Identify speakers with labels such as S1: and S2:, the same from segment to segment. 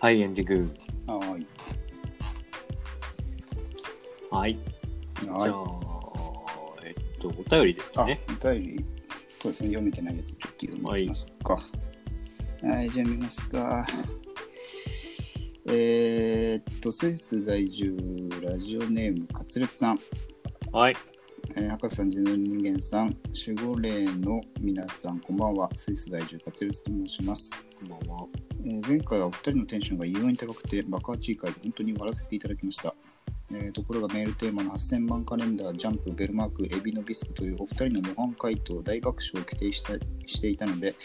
S1: はい、エンディング。
S2: はーい。
S1: はい。じゃ
S2: は
S1: あ、えっと、お便りですか
S2: い
S1: ね。。
S2: あ、お便り、そうですね、読めてないやつ、ちょっと読みますか。はい、じゃあ見ますか。えーっと、スイス在住、ラジオネーム、カツレツさん。
S1: はい。
S2: えー、博士さん、人造人間さん、守護霊の皆さん、こんばんは。スイス在住、カツレツと申します。
S1: こんばんは。
S2: えー前回はお二人のテンションが異様に高くて爆発い回で本当に終わらせていただきました、えーところがメールテーマの8000番カレンダージャンプベルマークエビのビスクというお二人の模範回答大爆笑を規定したしていたので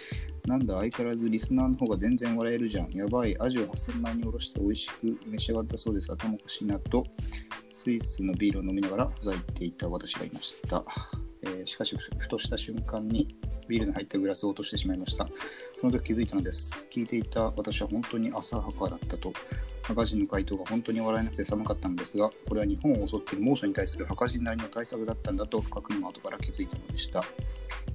S2: なんだ相変わらずリスナーの方が全然笑えるじゃんやばいアジを8000枚におろして美味しく召し上がったそうです頭おかしいなとスイスのビールを飲みながらふざいていた私がいました、えーしかしふとした瞬間にビールの入ったグラスを落としてしまいましたその時気づいたのです。聞いていた私は本当に浅はかだったと。博士の回答が本当に笑えなくて寒かったのですが、これは日本を襲っている猛暑に対する博士なりの対策だったんだと深く今後から気づいたのでした。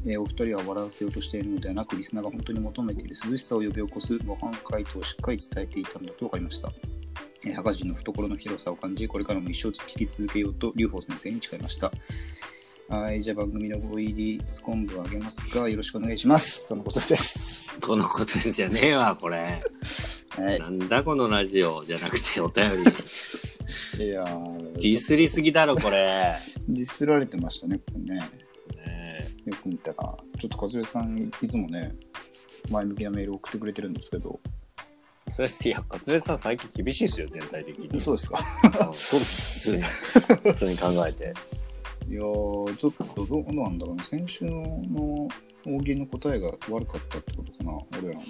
S2: えーお二人は笑わせようとしているのではなく、リスナーが本当に求めている涼しさを呼び起こす模範回答をしっかり伝えていたのだと分かりました。えー博士の懐の広さを感じ、これからも一生聞き続けようと、劉邦先生に誓いました。はい、じゃあ番組のご入り、スコンブをあげますが、よろしくお願いします。とのことです。
S1: このことじゃねえわ、これ。
S2: はい
S1: な。んだこのラジオじゃなくてお 便り。
S2: いや
S1: デ
S2: ー
S1: ィスりすぎだろ、これ。
S2: ディスられてましたね、これね。
S1: ね
S2: よく見たら。ちょっと、和代さん、いつもね、前向きなメール送ってくれてるんですけど。
S1: えそれして、いや、勝ツさん最近厳しいですよ、全体的に。
S2: そうですか。
S1: うんそうです。普通に、普通に考えて。
S2: いやー、ちょっとどうなんだろうね。先週の大喜利の答えが悪かったってことかな、俺らの。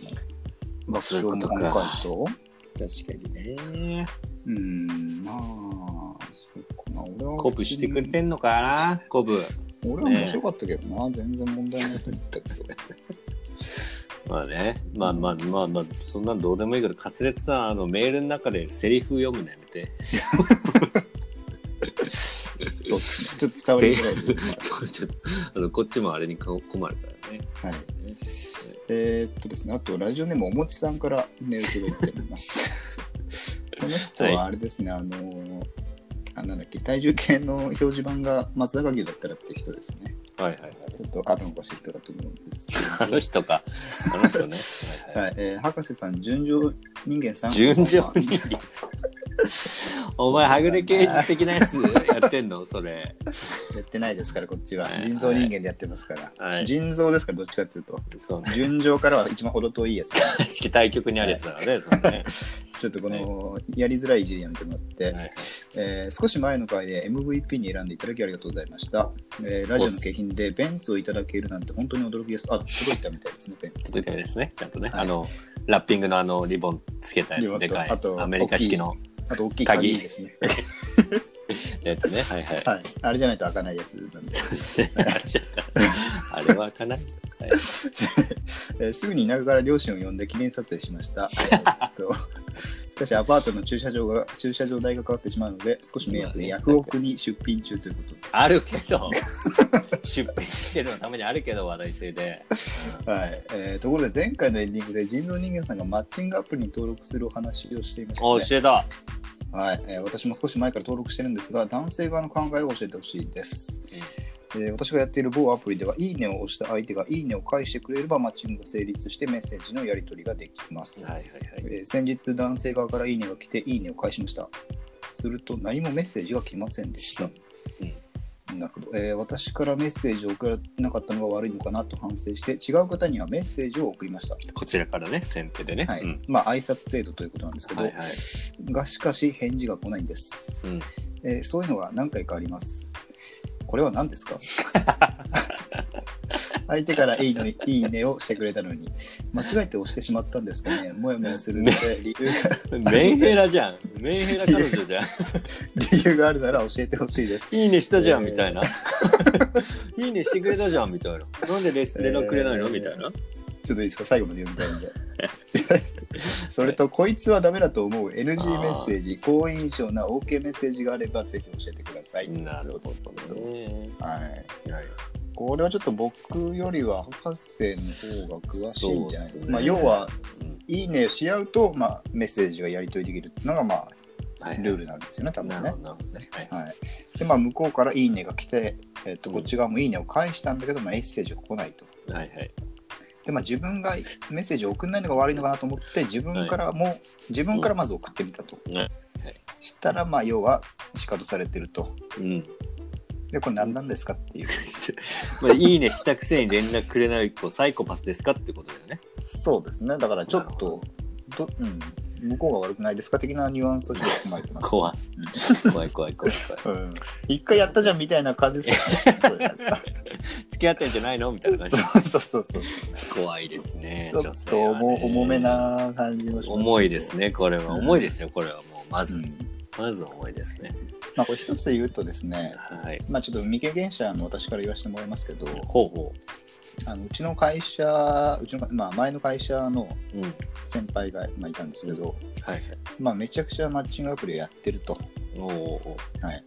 S1: まあそういうことか
S2: 爆笑問題回答
S1: 確かにね。
S2: うーん、まあ、そうかな。俺は。
S1: コブしてくれてんのかなコブ。
S2: 俺は面白かったけどな、全然問題ないと思ったけど。
S1: まあね。まあまあまあまあ、そんなんどうでもいいけど、カツレツさん、あの、メールの中でセリフ読むのやめて。
S2: そうっす ね。ちょっと伝わりづらいですね。
S1: ちょちょあのこっちもあれにこ困るからね。
S2: はい。えーっとですね、あとラジオネームおもちさんからメール届いております。この人はあれですね、あのーあ、なんだっけ、体重計の表示板が松坂牛だったらって人ですね。
S1: はいはいはい。
S2: ちょっと頭おかしい人だと思うんですけ
S1: あの人か。あの人ね。
S2: ど。はい、えー博士さん、純情人間さん。
S1: 順調に。お前、はぐれ刑事的なやつやってんのそれ。
S2: やってないですから、こっちは
S1: はい。
S2: 人造人間でやってますから。
S1: はい。
S2: 人造ですから、どっちかっていうと。
S1: そうね。
S2: 純情からは一番程遠いやつ。
S1: 式対局にあるやつだからね。そのね
S2: ちょっとこの、やりづらいいじりやめてもらって。
S1: はい
S2: えー少し前の回で MVP に選んでいただきありがとうございました、えーラジオの景品でベンツをいただけるなんて本当に驚きですあ届いたみたいですねベンツ
S1: 続いてですね。ちゃんとね。
S2: はい
S1: あの、ラッピングのあの、リボンつけたや
S2: リボ
S1: つ、で
S2: ンと
S1: かい
S2: あ。と
S1: アメリカ式の
S2: あと大きい鍵
S1: 鍵
S2: ですね
S1: やつね。はいはい。
S2: はいあれじゃないと開かないやつなんで、
S1: そうですね あれは開かない。はい
S2: えーすぐに田舎から両親を呼んで記念撮影しました、えーっと しかしアパートの駐車場が駐車場代が変わってしまうので少し迷惑でヤフオクに出品中ということで
S1: あるけど、出品してるのためにあるけど、話題 性で。
S2: はいえーところで前回のエンディングで人造人間さんがマッチングアプリに登録するお話をしていました、ね、
S1: お教えた。
S2: はい、えー私も少し前から登録してるんですが、男性側の考えを教えてほしいです、えー私がやっている某アプリでは、いいねを押した相手がいいねを返してくれれば、マッチングが成立してメッセージのやり取りができます。
S1: はいはいはい。
S2: えー先日、男性側からいいねが来て、いいねを返しました。すると、何もメッセージが来ませんでした。なるほど、えー私からメッセージを送らなかったのが悪いのかなと反省して、違う方にはメッセージを送りました。
S1: こちらからね、先手でね。
S2: はい
S1: うん
S2: まあ、挨拶程度ということなんですけど、
S1: はいはい。
S2: がしかし返事が来ないんです。
S1: うん
S2: えーそういうのが何回かあります。これは何で すか相手からいいねいいねをしてくれたのに、間違えて押してしまったんですかね。もやもやするので、理 由が
S1: メンヘラじゃん。メンヘラ彼女じゃん。
S2: 理由があるなら教えてほしいで す。
S1: いいねしたじゃん、
S2: えー
S1: み たいな。いいねしてくれたじゃん、みたいな。なんでレス連絡くれないの
S2: えー
S1: みたいな。
S2: ちょっといいですか、最後まで読みたいんで。 それと、こいつはダメだと思う NG メッセージ、好印象な OK メッセージがあれば、ぜひ教えてください。
S1: なるほどね。
S2: はい。
S1: はい
S2: これはちょっと僕よりは博士の方が詳しいんじゃない
S1: そうっ
S2: ですか。
S1: すね
S2: まあ要は
S1: うん
S2: いいねをし合うと、まあ、メッセージがやり取りできるっていうのが、まあ、
S1: はい。
S2: ルールなんですよね、多分
S1: な
S2: ね
S1: るほ。ど。はい。
S2: はい、で、まあ、向こうからいいねが来て、えっとこっち側もいいねを返したんだけど、まあ、メッセージが来ないと。
S1: はいはい。
S2: で、まあ、自分がメッセージを送んないのが悪いのかなと思って、自分からも、自分からまず送ってみたと。
S1: うんはい
S2: したら、まあ、要は、仕方されてると。
S1: うん。
S2: で、これ何なんですかっていう。
S1: まあ、いいねしたくせに連絡くれない子、サイコパスですかってことだよね。
S2: そうですね。だから、ちょっ
S1: なる
S2: と、どうん、向こうが悪くないですか的なニュアンスをちょっと含まれてます。
S1: 怖い。怖い怖い怖い怖い。
S2: うん、一回やったじゃんみたいな感じですよね。これ
S1: 付き合ってんじゃないのみたいな感じ。
S2: そうそうそうそう。
S1: 怖いですね。
S2: ちょ
S1: 女
S2: っ
S1: 性
S2: と
S1: はね
S2: 重,、重め。な感じもしますけど
S1: 重いです。ね、これは。
S2: うん
S1: 重いですよ、これはもう。ま
S2: う
S1: ず、
S2: ん
S1: まず重いですね。
S2: まあ、これ一つで言うとですね、
S1: はい。
S2: まあ、ちょっと未経験者の私から言わせてもらいますけど、
S1: ほうほ
S2: あのうちの会社、うちの、まあ、前の会社の
S1: う。うん。はい
S2: 先輩が、まあ、いたんですけど、
S1: はい。
S2: まあ、めちゃくちゃマッチングアプリをやってると。
S1: おうおうおう
S2: はい、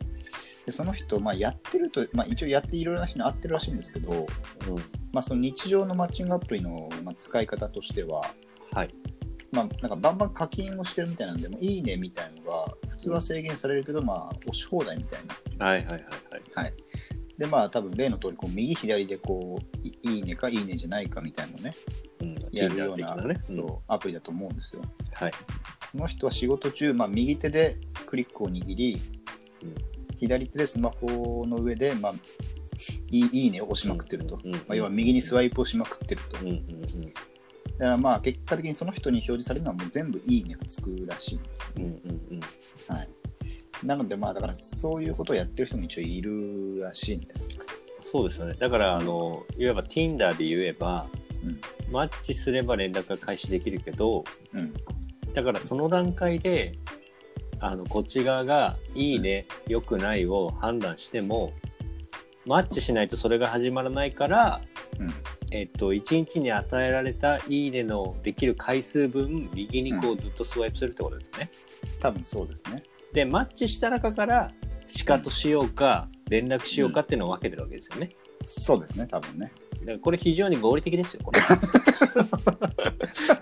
S2: でその人、まあ、やってると、まあ、一応やっていろいろな人に会ってるらしいんですけど、
S1: うん。
S2: まあ、その日常のマッチングアプリの、まあ、使い方としては、
S1: はい。
S2: まあ、なんかバンバン課金をしてるみたいなんで、もういいねみたいのが、普通は制限されるけど、まあ、押し放題みたいな。
S1: はいはいはいはい。
S2: で、まあ、多分例の通り、こう右、左でこうい、いいねかいいねじゃないかみたいなのね、
S1: うん。
S2: やるよう
S1: Tinder
S2: な
S1: 的ね。
S2: そう
S1: うん。
S2: アプリだと思うんですよ。
S1: はい。
S2: その人は仕事中、まあ、右手でクリックを握り
S1: うん、
S2: 左手でスマホの上で、まあ、いいいいねを押しまくってると。
S1: うんうんうん
S2: まあ、要は右にスワイプをしまくってると。だ
S1: うんうんうん。
S2: からまあ結果的にその人に表示されるのはもう全部いいねがつくらしいんですよ
S1: うんうん
S2: なので、まあ、だからそういうことをやってる人も一応いるらしいんです。
S1: そうですよね。だから、あの、いわば Tinder で言えば、
S2: うん
S1: マッチすれば連絡が開始できるけど、
S2: うん、
S1: だからその段階で、あの、こっち側が、いいね、良くないを判断しても、マッチしないとそれが始まらないから、
S2: うん、
S1: えっと、1日に与えられたいいねのできる回数分、右にこうずっとスワイプするってことですね。
S2: 多分そうですね。
S1: で、マッチした中から、シカトしようか、連絡しようかっていうのを分けてるわけですよね。
S2: そうですね、多分ね。
S1: だからこれ非常に合理的ですよ、 この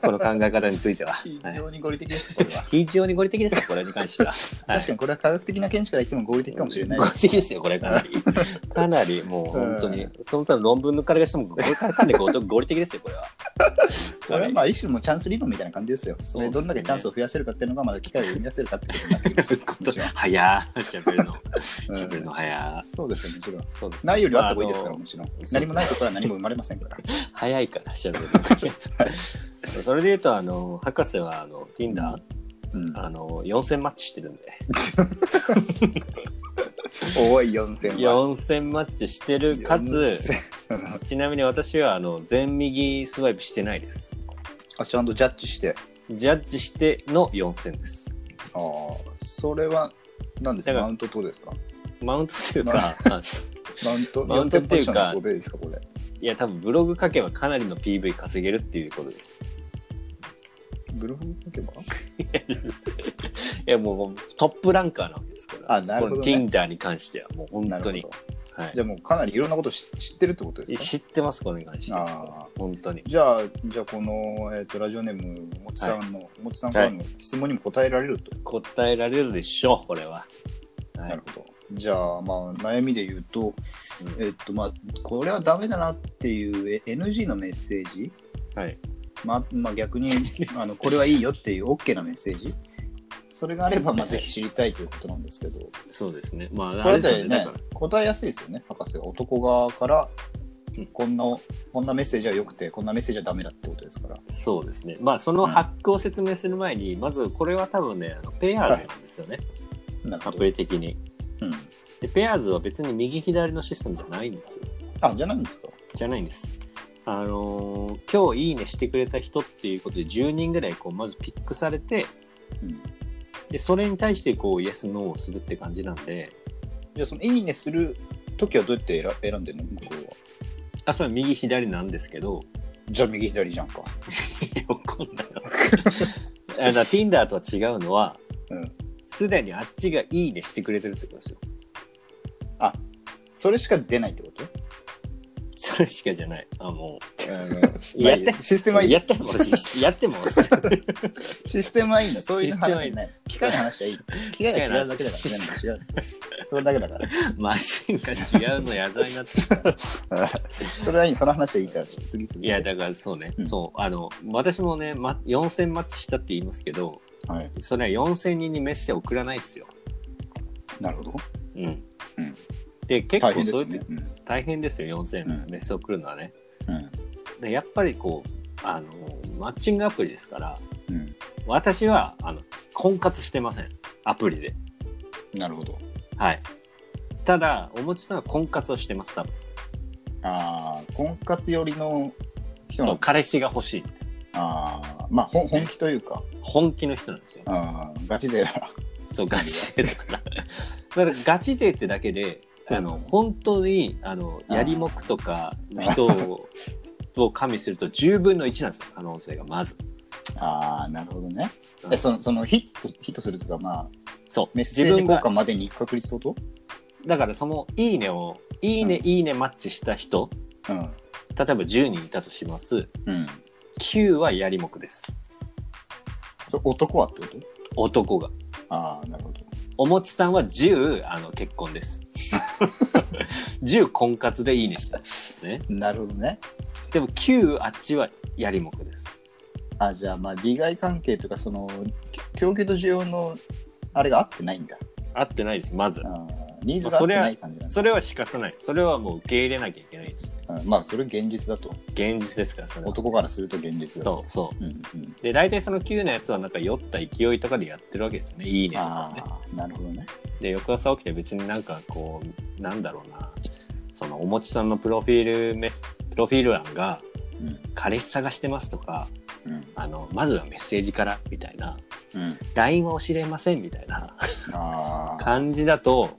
S1: この考え方については。
S2: 非
S1: はい
S2: 常に合理的です、これは。
S1: 非常に合理的ですよ、これに関しては。はい
S2: 確かにこれは科学的な見地から言っても合理的かもしれない
S1: 合理的ですよ、これかな り。かなりもう本当に
S2: うん、
S1: その他の論文のからしても、これかなり合合理的ですよ、これは。
S2: これはまあ一種のチャンス理論みたいな感じですよ。
S1: そうですね。
S2: どんだけチャンスを増やせるかっていうのが、まだ機会を生み出せるかってことになってきますよ
S1: こと早ー、しゃべるの。しゃべる
S2: う
S1: の早
S2: ん、そうですよ、もちろん。
S1: ー。そうです
S2: ないよりはあった方がいいですから、
S1: あの
S2: もちろん。
S1: そう
S2: 何もないところは何も生まれませんから。
S1: 早いから、しゃべるの。それで言うと、あの、博士は、あの、Tinder、
S2: うん、
S1: あの、4000マッチしてるんで。
S2: 多い4000は。
S1: 4000マッチしてる、かつ、
S2: 4000
S1: ちなみに私はあの全右スワイプしてないです。
S2: あちゃんとジャッジして。
S1: ジャッジしての4000です。
S2: ああ、それは、何ですか
S1: だから
S2: マウント等ですか
S1: マウントというか、あ
S2: マウント、
S1: マウントっていうか
S2: 4.8のことでですか、これ。
S1: いや多分ブログ書けばかなりの PV 稼げるっていうことです。
S2: ブログ書けば
S1: いやもうもうトップランカーなわけですから。
S2: あなるほどね
S1: この Tinder に関してはもう本当に
S2: なる。ほ
S1: は
S2: どじゃあもうかなりいろんなこと知知ってるってこと
S1: い、
S2: ですか
S1: 知ってます、これに関しては。
S2: ああ。
S1: 本当に。
S2: じゃあ、じゃあこの、えー、とラジオネーム、おもちさんの、おもちさんからの質問にも答えられると。
S1: 答えられるでしょう、これは。は
S2: ないる。ほど。じゃあ、まあ、悩みで言うと、
S1: うん
S2: えっ、と、まあ、これはダメだなっていうえ NG のメッセージ、
S1: はい、
S2: まあ、まあ、逆 にあの、これはいいよっていう OK なメッセージ、それがあれば、まあ、ぜひ知りたいということなんですけど、
S1: そうですね。ま あ、
S2: こ
S1: あれ
S2: れ
S1: ですよ
S2: で
S1: ね。だ
S2: ね
S1: か、
S2: 答えやすいですよね、博士が。男側から
S1: うん、
S2: こんな、こんなメッセージは良くて、こんなメッセージはダメだってことですから。
S1: らそうですね。まあ、その
S2: うん
S1: ハックを説明する前に、まずこれは多分ね、あのペアーズなんですよね。
S2: なる
S1: ア
S2: ほ
S1: プ
S2: ど。
S1: リ的に。
S2: うん。
S1: で、ペアーズは別に右左のシステムじゃないんですよ。
S2: あ、じゃないんですか。
S1: じゃないんです。あのー今日いいねしてくれた人っていうことで10人ぐらいこうまずピックされて、
S2: うん
S1: で、それに対してこう、イエス、ノーをするって感じなんで、
S2: じゃあ、その、いいねするときはどうやって選選んでるの向こうは。
S1: あ、それは右左なんですけど、
S2: じゃあ、右左じゃんか。
S1: 怒んな よ。あだから Tinder とは違うのは、
S2: うん。
S1: すでにあっちがいいねしてくれてるってことですよ。
S2: あ、それしか出ないってこと
S1: それしかじゃない。あ、もう。
S2: まあ
S1: や
S2: い
S1: っ
S2: い
S1: て
S2: ですシステムはいい
S1: や
S2: で
S1: っ
S2: す
S1: ても、やっても。
S2: システムはいいんだ。そういう
S1: シ
S2: 話
S1: ステムはい
S2: じ
S1: い
S2: ゃない。機械の話はいい。機械が違うだけだから。全部違う。それだけだから。
S1: マシンが違うのやだになってきた。
S2: それはいい。その話はいいから。ちょっと次々。
S1: いや、だからそうね、
S2: うん
S1: そう、あの、私もね、ま、4000マッチしたって言いますけど、
S2: はい。
S1: それは4000人にメッセージ送らないですよ。
S2: なるほど。
S1: うん。で、結
S2: 大
S1: 構
S2: 変で
S1: そうい
S2: す
S1: う時
S2: ね。うん
S1: 大変ですよ、
S2: うん
S1: 4000メッセージ送るのはね。
S2: うん。
S1: で、やっぱりこう、あの、マッチングアプリですから、
S2: うん。
S1: 私は、あの、婚活してません。アプリで。
S2: なるほど。
S1: はい。ただ、おもちさんは婚活をしてます、多分。
S2: ああ、婚活寄りの人なの
S1: 彼氏が欲しいって。
S2: ああ、まあ、ほん本気というか、
S1: 本気の人なんですよ。
S2: あーガチ勢だな。
S1: そう、ガチ勢だから。 だから、ガチ勢ってだけで、あの、本当に、あの、やりもくとかの人を、を加味すると10分の1なんですよ、可能性が、まず。
S2: ああ、なるほどね。
S1: うん
S2: え、その、そのヒット、ヒットするつか、まあ、
S1: そう。
S2: メッセージ
S1: 自分
S2: 交
S1: が
S2: 換までに行く確率ってこ
S1: だから、その、いいねを、いいね、いいねマッチした人、
S2: とう
S1: 例
S2: ん。
S1: えば10人いたとします。
S2: うん。
S1: 9はやりもくです。
S2: そ男はってこと
S1: 男が。
S2: ああ、なるほど。
S1: おもちさんは10あの結婚 です。10婚活でいいねした。ね。
S2: なるほどね。
S1: でも9あっちはやりもくです。
S2: あじゃあ、まあ、利害関係とか、その、き供給と需要の、あれが合ってないんだ。
S1: 合ってないです、まず
S2: あ。ーニーズが合ってない感じなんだ。
S1: それは仕方ない。それはもう受け入れなきゃいけないです。
S2: うんまあ、それ現実だと。
S1: 現実ですから、それは
S2: 男からすると現実だと。。
S1: そうそう
S2: うんうん。
S1: う。で、大体その9のやつはなんか酔った勢いとかでやってるわけですよね。いいねとか
S2: あ
S1: ね。
S2: あ、なるほどね。
S1: で、翌朝起きて別になんかこう、なんだろうな。そのおもちさんのプロフィールメス、プロフィール欄が
S2: うん。
S1: 彼氏探してますとか、
S2: うん。
S1: あの、まずはメッセージからみたいな。
S2: うん。
S1: LINE は教えれませんみたいな
S2: ああ。
S1: 感じだと、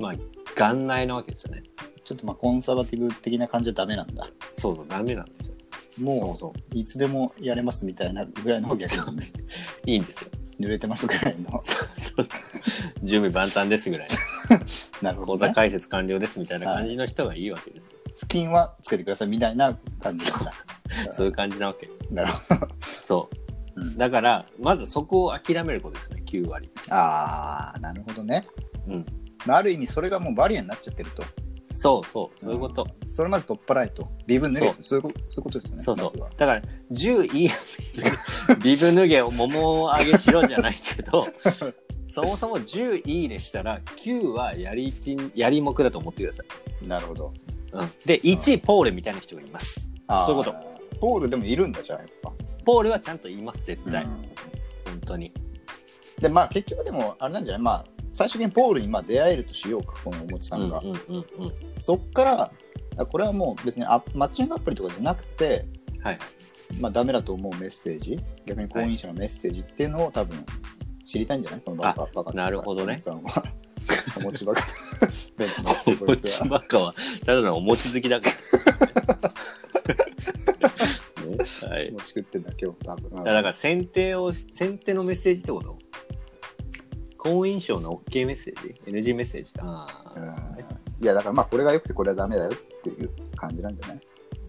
S1: まあ、元来なわけですよね。
S2: ちょっとまあコンサバティブ的な感じはダメなんだ。
S1: そうそう、ダメなんですよ。そ
S2: も
S1: うそう
S2: いつでもやれますみたいなぐらいの逆に
S1: う。いいんですよ。
S2: 濡れてますぐらいの。
S1: そう準備万端ですぐらい。
S2: なるほ
S1: 講
S2: ど、
S1: 座
S2: ね。
S1: 解説完了ですみたいな感じの人がいいわけですよ。
S2: スキンはつけてくださいみたいな感じなんだ。
S1: そういう感じなわけ。
S2: なるほど。
S1: そうう。
S2: ん、
S1: だから、まずそこを諦めることですね、9割。
S2: ああ、なるほどね。
S1: うん。
S2: まあ、ある意味それがもうバリアになっちゃってると。
S1: そうそう、そういうこと。
S2: それまず取っ払えと。微分抜けと。そういうことそういうことですよね。
S1: そうそ
S2: まずは
S1: う。だから、10いい、ビブ脱げを桃上げしろじゃないけ ど、そもそも10いいねしたら、9はやりちん、やりもくだと思ってください。
S2: なるほど。
S1: うん。で、1、ポールみたいな人がいます。
S2: あー
S1: そういうこ
S2: ポールでもいるんだじゃあやっぱ。
S1: ポールはちゃんと言います、絶対。
S2: うん
S1: 本当に。
S2: でまあ結局でもあれなんじゃないまあ最終的にポールにまあ出会えるとしようかこのおもちさんが。
S1: うんうんうんうん。
S2: そっから、あこれはもう別にあマッチングアプリとかじゃなくて、
S1: はい。
S2: まあ、ダメだと思うメッセージ、逆に婚姻者のメッセージっていうのを多分知りたいんじゃないこのバカバカ
S1: なるほどね
S2: さんは。お持ちバカ。 ベンツの
S1: お
S2: こい
S1: 餅
S2: つは。
S1: ばっかは、ただのお餅好きだから。ね、はい。
S2: 持ち食ってんだ、今日多
S1: だか
S2: 分。
S1: ら選定を、選定のメッセージってこと好印象の OK メッセージ ?NG メッセージあ
S2: う
S1: あ。
S2: んいや、だからまあこれが良くてこれはダメだよっていう感じなんじゃない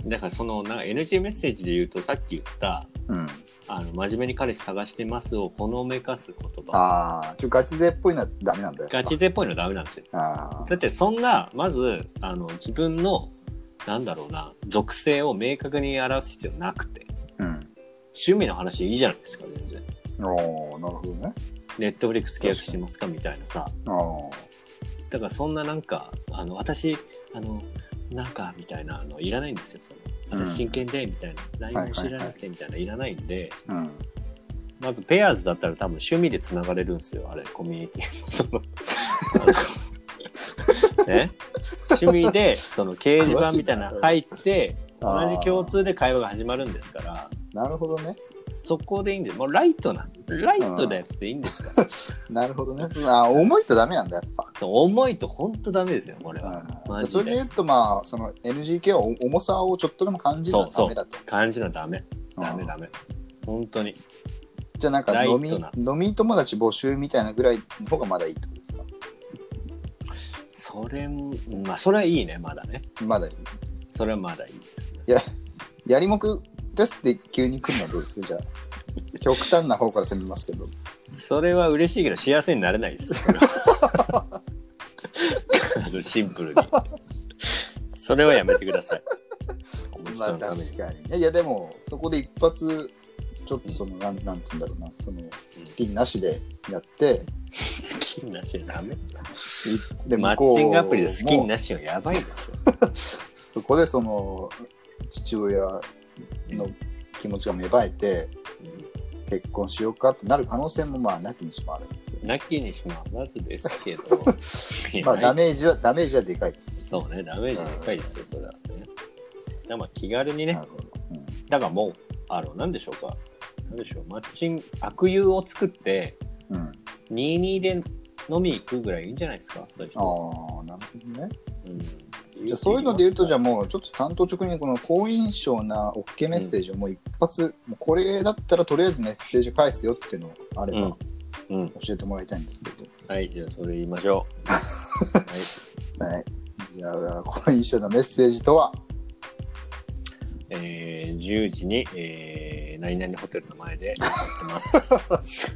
S1: だからその、なんか NG メッセージで言うと、さっき言った、
S2: うん。
S1: あの、真面目に彼氏探してますをほのめかす言葉。
S2: ああ、ちょっとガチ勢っぽいのはダメなんだよ。
S1: ガチ勢っぽいのダメなんですよ。
S2: あ
S1: だってそんな、まず、あの、自分の、なんだろうな、属性を明確に表す必要なくて。
S2: あ。うん。
S1: 趣味の話いいじゃないですか、全然。
S2: おーなるほどね。
S1: ネットフリックス契約してますかみたいなさ。
S2: ああ。
S1: だからそんななんか、あの、私、あの、なんか、みたいな、あの、いらないんですよ。その
S2: うん
S1: 私真剣で、みたいな。
S2: はい
S1: LINE
S2: はい
S1: も知らなくて、みたいな、いらないんで、
S2: うん、
S1: まず、ペアーズだったら多分趣味で繋がれるんですよ、あれ、コミュニティ の。その、あのね、趣味で、その、掲示板みたいなの入って、
S2: あ
S1: 同
S2: ー
S1: じ共通で会話が始まるんですから、
S2: なるほどね。
S1: そこでいいんです。もうライトな、ライトなやつでいいんですから。
S2: なるほどね。そのあ重いとダメなんだ、やっぱ。
S1: 重いと本当ダメですよ、これは。
S2: う
S1: マジで
S2: ん、それで言うと、まあ、その NGK は重さをちょっとでも感じるのは
S1: そうそう
S2: ダメだと。
S1: 感じのダメ。ダメ
S2: うん
S1: ダメ。本当に。
S2: じゃあ、なんか
S1: ライト
S2: 飲
S1: な
S2: み飲み友達募集みたいなぐらいの方がまだいいってことですか
S1: それも、まあ、それはいいね、まだね。
S2: まだいい。
S1: それはまだいいですね。
S2: や、やりもくですって急に来るのはどうですかじゃあ。極端な方から攻めますけ ど。
S1: それは嬉しいけど幸せになれない です。それはあのシンプルに。それはやめてください。おじさ
S2: まあ
S1: んのため
S2: 確
S1: に。
S2: かにね。いやでも、そこで一発、ちょっとその、なん、なんつうんだろうな、その、スキンなしでやって、
S1: スキンなしはダメ。
S2: で
S1: マ
S2: 向こ
S1: ッ
S2: う
S1: チングアプリでスキン
S2: も
S1: なしはやばいな。
S2: そこでその、父親の気持ちが芽生えて、結婚しようかってなる可能性もまあ、なきにしもあらずですよね。。
S1: なきにしもあらずですけど
S2: まあ、
S1: いや
S2: ダメージは、ダメージはでかいです。
S1: そうね、ダメージでかいですよ、それはね。だからまあ気軽にね
S2: な、るほど。うん
S1: だからもう、あの、なんでしょうか。なんでしょう、マッチング、悪友を作って、
S2: うん、
S1: 22で飲み行くぐらいいいんじゃないですか、そういう
S2: ああ
S1: 人。、
S2: なるほどね。
S1: うん
S2: じゃあそういうので言うと、じゃあ
S1: あ、
S2: もうちょっと担当直にこの好印象な OK メッセージをもう一発、もうこれだったらとりあえずメッセージ返すよっていうのがあれ
S1: う
S2: ば
S1: ん。うん。
S2: 教えてもらいたいんですけど、
S1: はい、じゃあそれ言いましょう。はい。
S2: はい。じゃあ、好印象のメッセージとは
S1: えー、10時に、えー、何々ホテルの前で待って ます。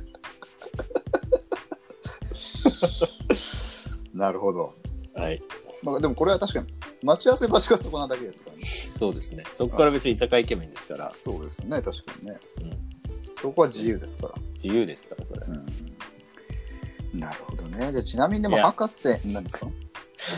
S2: なるほど。
S1: はい。
S2: まあ、でもこれは確かに待ち合わせ場所がそこなだけですからね。
S1: そうですね。そこから別に居酒屋行けばいいんですから、
S2: そうですよね、確かにね。
S1: うん、
S2: そこは自由ですから。
S1: 自由ですから、それ。
S2: うん、なるほどね。じゃあちなみにでも
S1: いや
S2: 博士、なんですか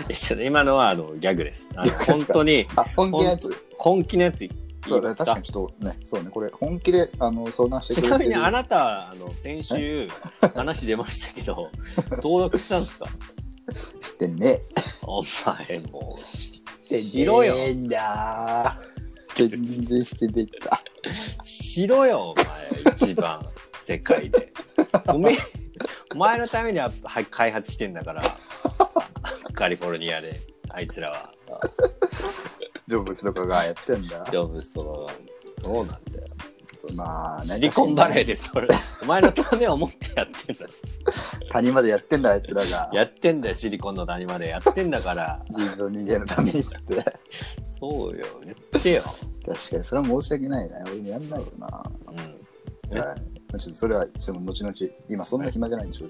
S1: えちょっと今のはあのギャグです。あ
S2: ギ
S1: の
S2: ャグですか
S1: 本当に
S2: あ、本気のやつ。
S1: 本気のやついい
S2: そう
S1: で
S2: だ、
S1: す
S2: 確かにちょっとね、そうね、これ本気であの相談してくれ
S1: ち
S2: て
S1: な
S2: る。
S1: みにあなたはあの先週話出ましたけ ど登録したんですか
S2: してね。
S1: お前も
S2: して
S1: ねしろよ
S2: んだ。全然してできた。
S1: うしろよお前一 番世界でおめえお前のためにはは開発してんだからカリフォルニアであいつらは
S2: ジョブズとかがやってん だ
S1: ジ。ョブズとかがそうなんだよ
S2: まあ、
S1: シリコンバレー
S2: ー。
S1: でそれお前のためを思ってやってんだ
S2: 谷までやってんだ、あいつらが。
S1: やってんだよシリコンの谷までやってんだから
S2: 人造人間のためにっつって。確
S1: そうよ言ってよ
S2: かに、それは申し訳ないな。俺もやんないよな。は
S1: うん
S2: い。まあちょっとそれは、それも後々、今そんな暇じゃないんでしょう。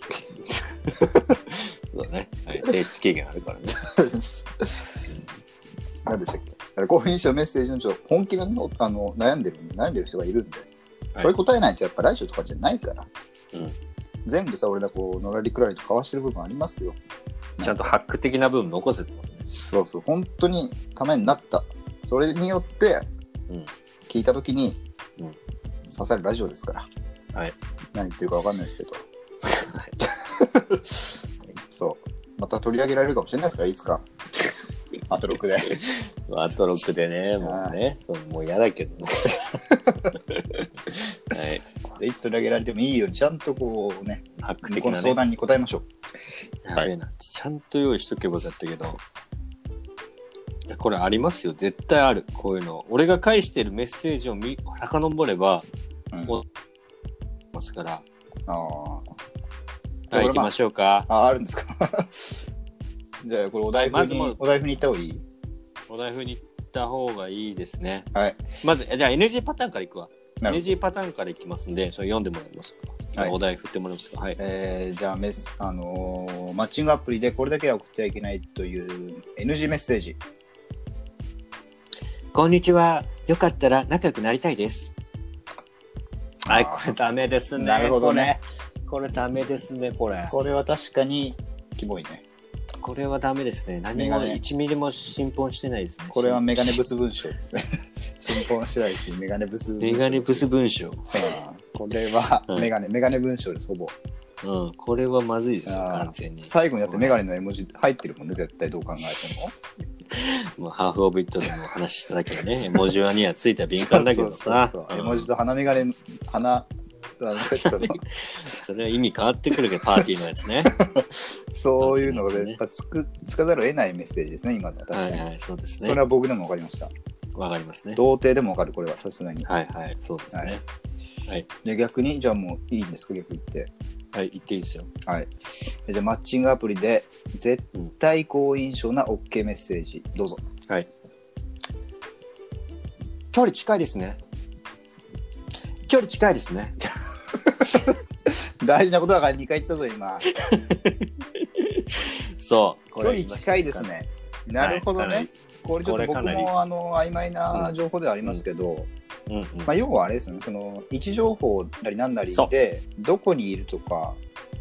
S1: そうだね、はい、提出期限あるからね
S2: 何でしたっけあれ、好印象メッセージのちょっと本気がね、おあの悩んでる悩んでる人がいるんで、
S1: はい
S2: それ答えないとやっぱ来週とかじゃないから、
S1: うん
S2: 全部さ、俺らこう、のらりくらりと交わしてる部分ありますよ。
S1: ちゃんとハック的な部分残せってことね。
S2: そうそう、本当にためになった。それによって
S1: うん、
S2: 聞いたときに、
S1: うん
S2: 刺さるラジオですから、
S1: はい
S2: 何言ってるかわかんないですけど、
S1: はい
S2: そう、また取り上げられるかもしれないですから、いつか。アトロックで。
S1: アトロックでね、もうね、そうもう嫌だけ どね。はい、
S2: でいつ取り上げられてもいいようにちゃんとこうね
S1: ハック
S2: 向
S1: 的
S2: こうの
S1: な
S2: 相
S1: ね。
S2: 談に答えましょう
S1: やべえな、ちゃんと用意しとけばよかったけど。いやこれありますよ、絶対ある、こういうの。俺が返してるメッセージを見遡れば、
S2: うん
S1: おますから。
S2: あー
S1: は
S2: じゃあ
S1: い、
S2: 俺
S1: 行きましょうか。
S2: ああるんですか じゃあこれお台
S1: ま
S2: 風
S1: ず
S2: に、
S1: もう
S2: お台風に行った方がいい
S1: お台風に行った方がいいですね。
S2: はい
S1: まず、じゃあ NG パターンからいくわ。
S2: なるほど
S1: NG パターンからいきますんで、それ読んでもらえますか。
S2: はい
S1: お題振ってもらえますか。はい。
S2: えーじゃあメス、あのーマッチングアプリでこれだけは送ってはいけないという NG メッセージ
S1: こんにちは。よかったら仲良くなりたいです。はい、これダメですね。
S2: なるほどね
S1: これ。これダメですね、これ。
S2: これは確かにキモいね
S1: これはダメですね。何
S2: メガ
S1: も
S2: ネ
S1: 1ミリも進歩してないですね。
S2: これはメガ ネブス文章ですね進行してないしメガネブス文章
S1: メガネブス
S2: うん
S1: 文章。
S2: これは
S1: うん
S2: メガネ、メガネ文章ですほぼ
S1: うん、これはまずいですよ、
S2: あー
S1: 完全に。
S2: 最後にだってメガネの絵文字入ってるもんね絶対どう考えても
S1: もうハーフオブイットでも話しただけどね、絵文字はにはついた敏感だけどさ
S2: そうそう。そううん絵文字と鼻眼鏡、鼻とあのセッ トの、
S1: それは意味変わってくるけど、パーティーのやつね。
S2: そういうのがやっぱつくつかざるを得ないメッセージですね、今のは確
S1: は
S2: かに。
S1: いはい、そうです
S2: そ
S1: ね
S2: れ。は僕でも分かりました。
S1: わかりますね。
S2: 童貞でも分かる、これはさすがに。
S1: はいはい、そうですね。
S2: で逆に、じゃあもういいんですか、逆に言って。
S1: はい、言っていいですよ。
S2: はい。でじゃあマッチングアプリで、絶対好印象な OK メッセージ、どうぞ。
S1: はい。距離近いですね。距離近いですね。
S2: 大事なことだから2回言ったぞ、今。
S1: そう。
S2: 距離近いです。ね。なるほど
S1: はい
S2: ね。これちょっと
S1: こ
S2: 僕
S1: れかなり
S2: もあの曖昧な情報ではありますけど、
S1: うんうん。
S2: まあ、要はあれですよね、その位置情報なりなんなりで、どこにいるとか、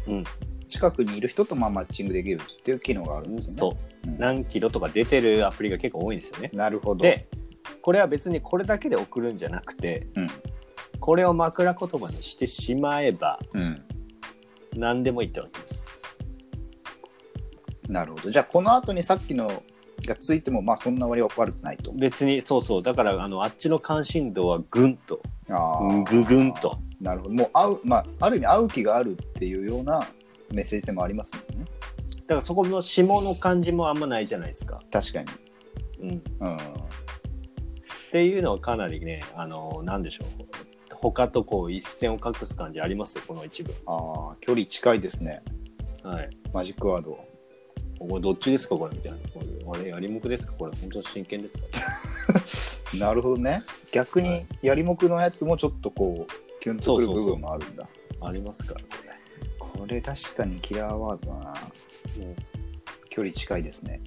S1: うん
S2: 近くにいる人とまあマッチングできるっていう機能があるんですよね。
S1: そうう。
S2: ん
S1: 何キロとか出てるアプリが結構多いんですよね。
S2: なるほど。
S1: で、これは別にこれだけで送るんじゃなくて、
S2: うん
S1: これを枕言葉にしてしまえば
S2: うん、
S1: 何でもいいってわけです。
S2: なるほど。じゃあ、この後にさっきのがついても、まあそんな割は悪くないと。
S1: 別にそうそうだからあのあっちの関心度はぐんと
S2: あー
S1: ぐぐんと。
S2: なるほど。もう会う、まあ、ある意味会う気があるっていうようなメッセージ性もありますもんね。
S1: だからそこの下の感じもあんまないじゃないですか。
S2: 確かに。
S1: うん、っ
S2: うん。
S1: ていうのはかなりねあのなんでしょう他とこう一線を画す感じありますよこの一部。
S2: ああ、距離近いですね。
S1: はい
S2: マジックワード。
S1: ここどっちですかこれみたいな。これあれやりもくですかこれ本当に真剣ですか
S2: なるほどね。逆に、やりもくのやつもちょっとこう、キュンとくる
S1: そうそう
S2: 部
S1: そう
S2: 分もあるんだ。
S1: ありますからこ
S2: これ確かにキラーワードだな。
S1: れ。うん
S2: 距離近いですね。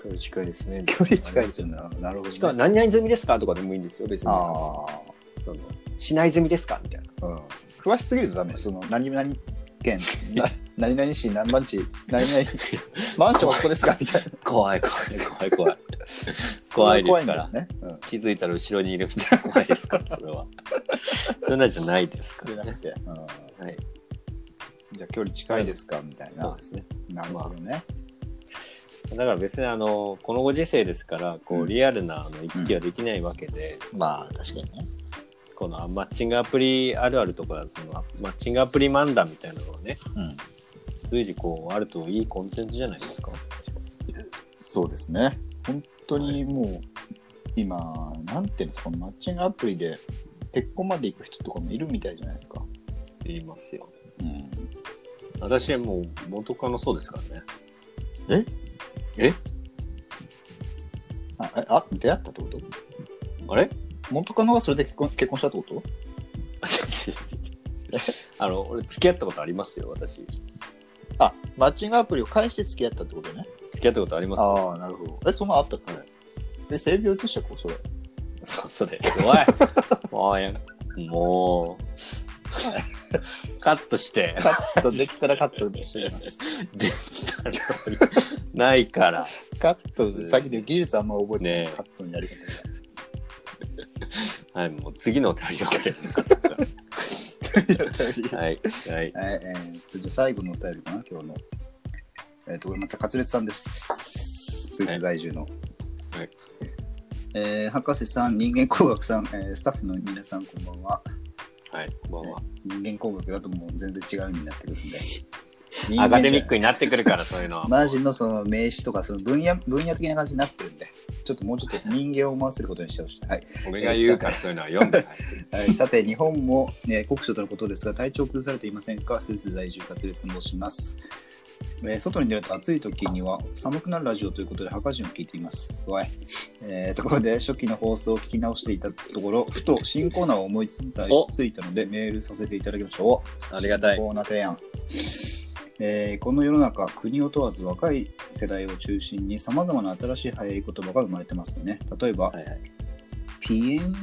S1: 距離近いですね。
S2: 距離近いですよね。 なるほ
S1: しか
S2: ど、
S1: も
S2: ね。
S1: 何々済みですかとかでもいいんですよ別に。
S2: ああ。
S1: そのしない済みですかみたいな。
S2: うん詳しすぎるとダメその何々 県な何々市何番地何 々マンションはここですかみたいな
S1: 怖い怖い怖い怖い。怖いですから
S2: それが怖いんだよね、
S1: 気づいたら後ろにいるみたいな怖いですからそれは。そんなんじゃないです
S2: う
S1: か
S2: ん、で
S1: ら
S2: な
S1: ね
S2: く。て、 うん
S1: はい、
S2: じゃあ距離近いですかみたい
S1: そう
S2: な
S1: ですね。
S2: なるほどね、
S1: だから別にあのこのご時世ですからこ
S2: う
S1: うんリアルなあの行き来はできないわけで、
S2: まあ確かにね
S1: このマッチングアプリあるあるとかそのマッチングアプリ漫談みたいなのがね
S2: うん
S1: 随時こうあるといいコンテンツじゃないですか。
S2: そうですね本当にもう、今なんていうんですかこのマッチングアプリで結婚まで行く人とかもいるみたいじゃないですか、
S1: 言いますよ。
S2: うん、
S1: 私はもう元カノそうですからね。
S2: え
S1: え
S2: あえあ出会ったってこと
S1: あ れ
S2: 元カノがそれで結婚結婚したってこと
S1: あの俺付き合ったことありますよ私。
S2: あマッチングアプリを介して付き合ったってことね
S1: 付き合ったことありますよ。
S2: ああ、なるほど。え、そんなのあったっけ、え、性病移した子それ。
S1: そう、それ。おい。おい。もう。カットして。
S2: カットできたらカットしてき ます。
S1: できたらないから。
S2: カット、さっきの技術あんま覚えてな
S1: ね
S2: い。
S1: え
S2: カットのやり方が。
S1: はい、もう次のお便りを送って
S2: はい、
S1: はい。はい。
S2: はいえーっと、じゃあ最後のお便りかな、今日の。えーっと、これまた、カツレツさんです。スイス在住の。
S1: はい
S2: えー博士さん、人間工学さん、えースタッフの皆さん、こんばんは。
S1: はい。こんばんは。
S2: 人間工学だともう全然違う意味になってくるんで。人間じゃ
S1: アカデミックになってくるから、そういうのは。
S2: マジのその名詞とかその分野分野的な感じになってるんで、ちょっともうちょっと人間を思わせることにしてほしい。はい。
S1: 俺が言うから、そういうのは読んでない。
S2: はい、さて、日本も、ね、国書とのことですが、体調を崩されていませんかスイス在住、活列申します。えー外に出ると暑い時には寒くなるラジオということで、墓人を聞いています。わい。えーところで、初期の放送を聞き直していたところ、ふと新コーナーを思いついた
S1: お
S2: ついたので、メールさせていただきましょう。
S1: ありがたい。
S2: コーナー提案。えーこの世の中、国を問わず若い世代を中心にさまざまな新しい流行り言葉が生まれてますよね。例えば、
S1: はいはい。
S2: ピエン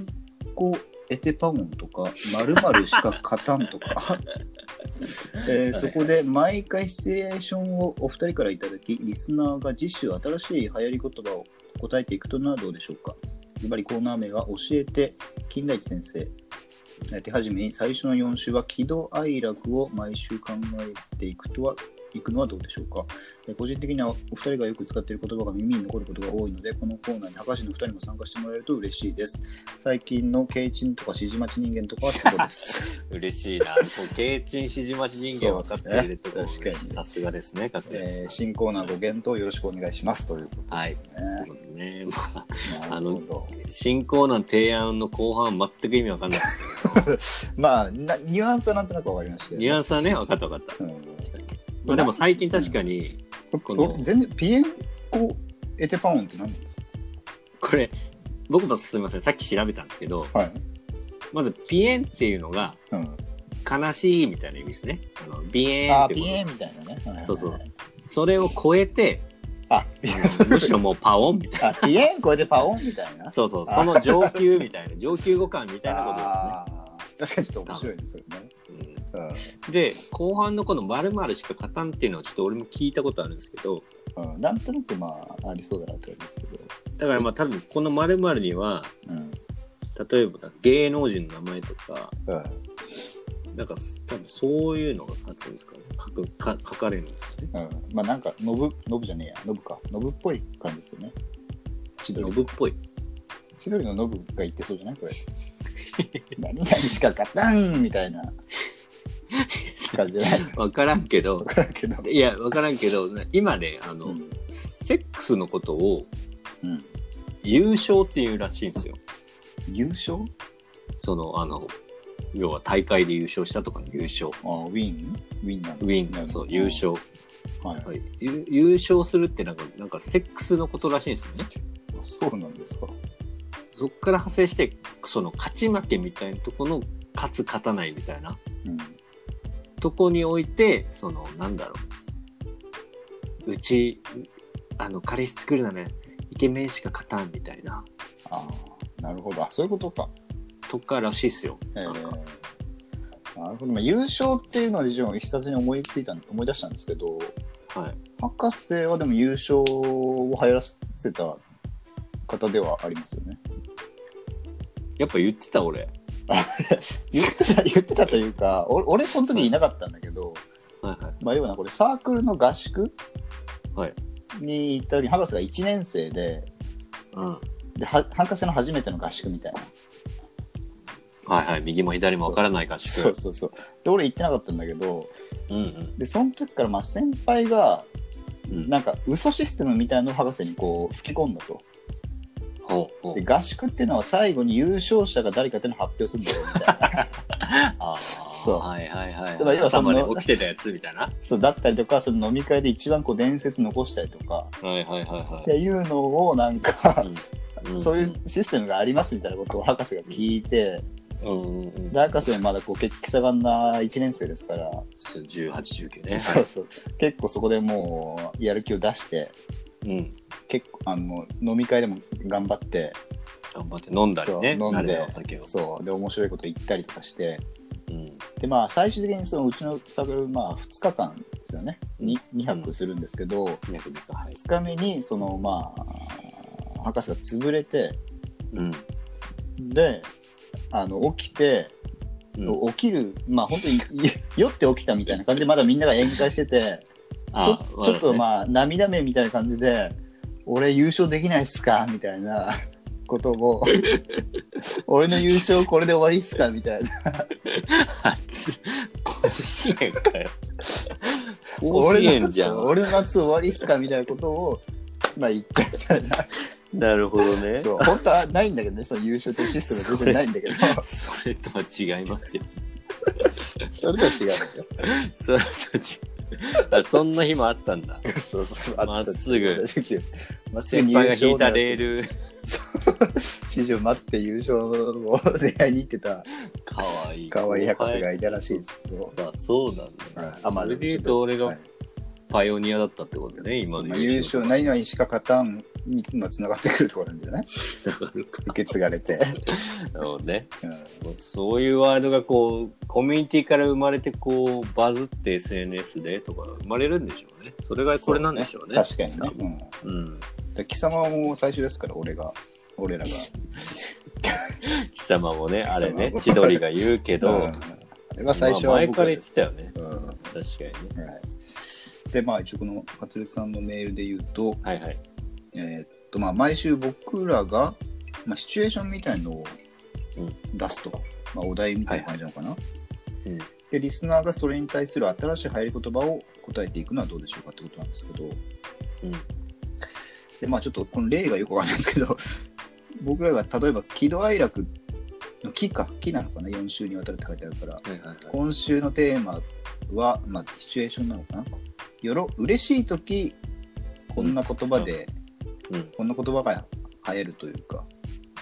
S2: コエテパゴンとか、〇〇しか勝たんと か、えーそこで毎回シチュエーションをお二人からいただき、リスナーが次週新しい流行り言葉を答えていくというのはどうでしょうか。ズバリコーナー名は教えて金田一先生。えー手始めに最初の4週は喜怒哀楽を毎週考えていくとはいくのはどうでしょうかえー個人的にはお二人がよく使っている言葉が耳に残ることが多いのでこのコーナーに博士の二人も参加してもらえると嬉しいです最近のケイチンとか指示待ち人間とかはそこです
S1: 嬉しいな。こう、ケイチン、シジマジ人間を分かっているところ、
S2: そうですね確かに
S1: さすがですね、勝
S2: えー
S1: 也さん。
S2: 新コーナーご検討よろしくお願いしますということですね、
S1: ということでね、まあ
S2: なるほど
S1: 新コーナーの提案の後半、全く意味わかんない。
S2: まあなニュアンスはなんとなくわかりましたよ
S1: ニュアンスはね、分かった分かった。
S2: うん
S1: まあ、でも最近確かに、この
S2: 俺全然ピエンコエテパオンって何なんですか
S1: これ、僕もすみません、さっき調べたんですけど、
S2: はい
S1: まず、ピエンっていうのが、
S2: うん
S1: 悲しいみたいな意味ですね。あのビエーン
S2: あ
S1: っ
S2: あ、
S1: てこと
S2: PA みたいなね。はいはいはい
S1: そうそう。それを超え て、
S2: あ、
S1: あのむしろもうパオンみたい
S2: あ、PA これでパオンみたいな。
S1: な。 そうそう、その上級みたいな、上級語感みたいな
S2: あー確かにちょっと面白いですよね。
S1: ことですね。
S2: うん
S1: うんで、後半のこの〇〇しか勝たんっていうのはちょっと俺も聞いたことあるんですけど、
S2: うん、なんとなくまあありそうだなって思いますけど、
S1: だからまあ多分この〇〇には、
S2: うん
S1: 例えば芸能人の名前とか、
S2: うん、
S1: なんか多分そういうのが書くんですかね。書く、か書かれるんですかね。
S2: うん、まあなんかノブノブじゃねえやノブかノブっぽい感じですよね千
S1: ノ
S2: 鳥
S1: ブっぽい。
S2: 千鳥のノブが言ってそうじゃないこれ 何々しか勝たんみたいな感じじゃないです
S1: わからんけど、
S2: かけど、
S1: いや、わからんけど、今ね、あの、
S2: うん
S1: セックスのことを
S2: うん、
S1: 優勝っていうらしいんですよ。
S2: 優勝
S1: その、あの、要は大会で優勝したとかの優勝。
S2: あウィンウィンなの
S1: ウィン
S2: なるほど
S1: そう、優勝、
S2: はい
S1: はいゆ優勝するってなんか、なんかセックスのことらしいんですよね。
S2: そうなんですか
S1: そっから派生して、その勝ち負けみたいなとこの勝つ勝たないみたいな
S2: うん
S1: とこにおいて、その、なんだろう。うち、あの、彼氏作るなら、イケメンしか勝たんみたいな、
S2: ああなるほどあそういうことか
S1: とからしいですよ。
S2: ええ
S1: なんか
S2: なるほど、まあ、優勝っていうのは非常に久々に思いついた思い出したんですけど
S1: はい。
S2: 博士はでも優勝を流行らせた方ではありますよね。
S1: やっぱ言ってた俺。
S2: 言ってた言ってたというかお俺その時いなかったんだけど、
S1: はいはい。
S2: まあ、要はこれサークルの合宿
S1: はい
S2: に行った時に博士が1年生で
S1: うん。は
S2: では博士の初めての合宿みたいな。
S1: いはい。右も左もわからない合宿。
S2: そうそうそうで俺行ってなかったんだけど
S1: うんうん。
S2: でその時からまあ先輩が
S1: うん
S2: なんか嘘システムみたいなのを博士にこう吹き込んだと。
S1: ほうほう
S2: で。合宿っていうのは最後に優勝者が誰かっていうのを発表するんだよみたい
S1: あ
S2: な。
S1: あ、
S2: そう
S1: はいはいはい。
S2: だから要は
S1: 朝
S2: その
S1: まで起きてたやつみたいな。
S2: そうだったりとかその飲み会で一番こう伝説残したりとか
S1: はいはいはいは
S2: っ
S1: い。
S2: ていうのをなんか、
S1: ん
S2: そういうシステムがありますみたいなことを博士が聞いて、
S1: うんうんうん。
S2: で博士はまだこう血気盛んな1年生ですから、
S1: 18、19ね。
S2: そうそう結構そこでもうやる気を出して
S1: うん。
S2: 結構あの飲み会でも頑張って
S1: 頑張って飲んだりね。
S2: そう飲んで
S1: 慣れたお酒を。
S2: そうで面白いこと言ったりとかして
S1: うん。
S2: でまあ最終的にそのうちのサークルまあ2日間ですよね 2, 泊するんですけど、
S1: 脈々とはい
S2: 2日目にそのまあ博士が潰れて。
S1: うん。
S2: であの起きて、
S1: うん
S2: 起きるまあ本当にい 酔って起きたみたいな感じでまだみんなが宴会しててちょ
S1: あ
S2: ちょっと
S1: あ
S2: まあ涙目みたいな感じで「俺優勝できないっすか?」みたいなこと を「俺の優勝これで終わりっすか?」みたい
S1: だ
S2: な
S1: ね。 甲子園かよ。
S2: 「
S1: 甲子
S2: 俺の
S1: 園じ
S2: 夏
S1: ゃん。
S2: 俺の夏終わりっすか?」みたいなことを。 まあ言ったみたいな
S1: なるほどね
S2: そう本当はないんだけどねその優勝というシステムが全然ないんだけど
S1: それとは違いますよ。
S2: それとは違うんだよ
S1: それとは違う。あ、そんな日もあったんだ。
S2: そうそうそう
S1: まっすぐ
S2: まっすぐ
S1: 先
S2: に
S1: 輩が
S2: 優
S1: 引いた
S2: 勝
S1: レール。
S2: 師匠待って優勝を狙いに行ってた
S1: かわいい。
S2: 可愛い博士がいたらしいですけど、
S1: あそうなんだ、
S2: はい
S1: あまあ
S2: それで
S1: で言
S2: 言う
S1: う
S2: と
S1: と俺
S2: は
S1: が
S2: い
S1: パイオニアだったってことね、今の
S2: 優勝何々しか勝たんにつながってくるところなんじ ゃない
S1: がるか
S2: 受け継がれて、
S1: なのね
S2: うん
S1: もうそういうワードがこうコミュニティから生まれてこうバズって SNS でとか生まれるんでしょうねそれがこれなんでしょうね
S2: 確かにね
S1: 多、
S2: うん
S1: うん
S2: で、貴様も最初ですから俺が俺らが
S1: 貴様もねあれね
S2: 貴様も
S1: 千鳥が言うけど、
S2: うんあれが最初
S1: まあ
S2: は
S1: 前
S2: 僕
S1: から
S2: ら
S1: 言っ
S2: で
S1: て
S2: す
S1: たよね
S2: うん
S1: 確
S2: は
S1: かにね
S2: いでまあ一応この勝烈さんのメールで言うと、
S1: はいはい
S2: えーっとまあ、毎週僕らが、まあ、シチュエーションみたいのを
S1: うん
S2: 出すと、まあ、お題みたいな感じなのかな、
S1: うん
S2: でリスナーがそれに対する新しい入り言葉を答えていくのはどうでしょうかってことなんですけ
S1: う
S2: ど
S1: ん
S2: で、まあ、ちょっとこの例がよくわかんないですけど 僕らが例えば喜怒哀楽の木か木なのかな4週にわたるって書いてあるから
S1: はいはいはい
S2: 今週のテーマは、まあ、シチュエーションなのかなよろ嬉しい時こんな言葉で、
S1: うん
S2: こんな言葉が流行るというか、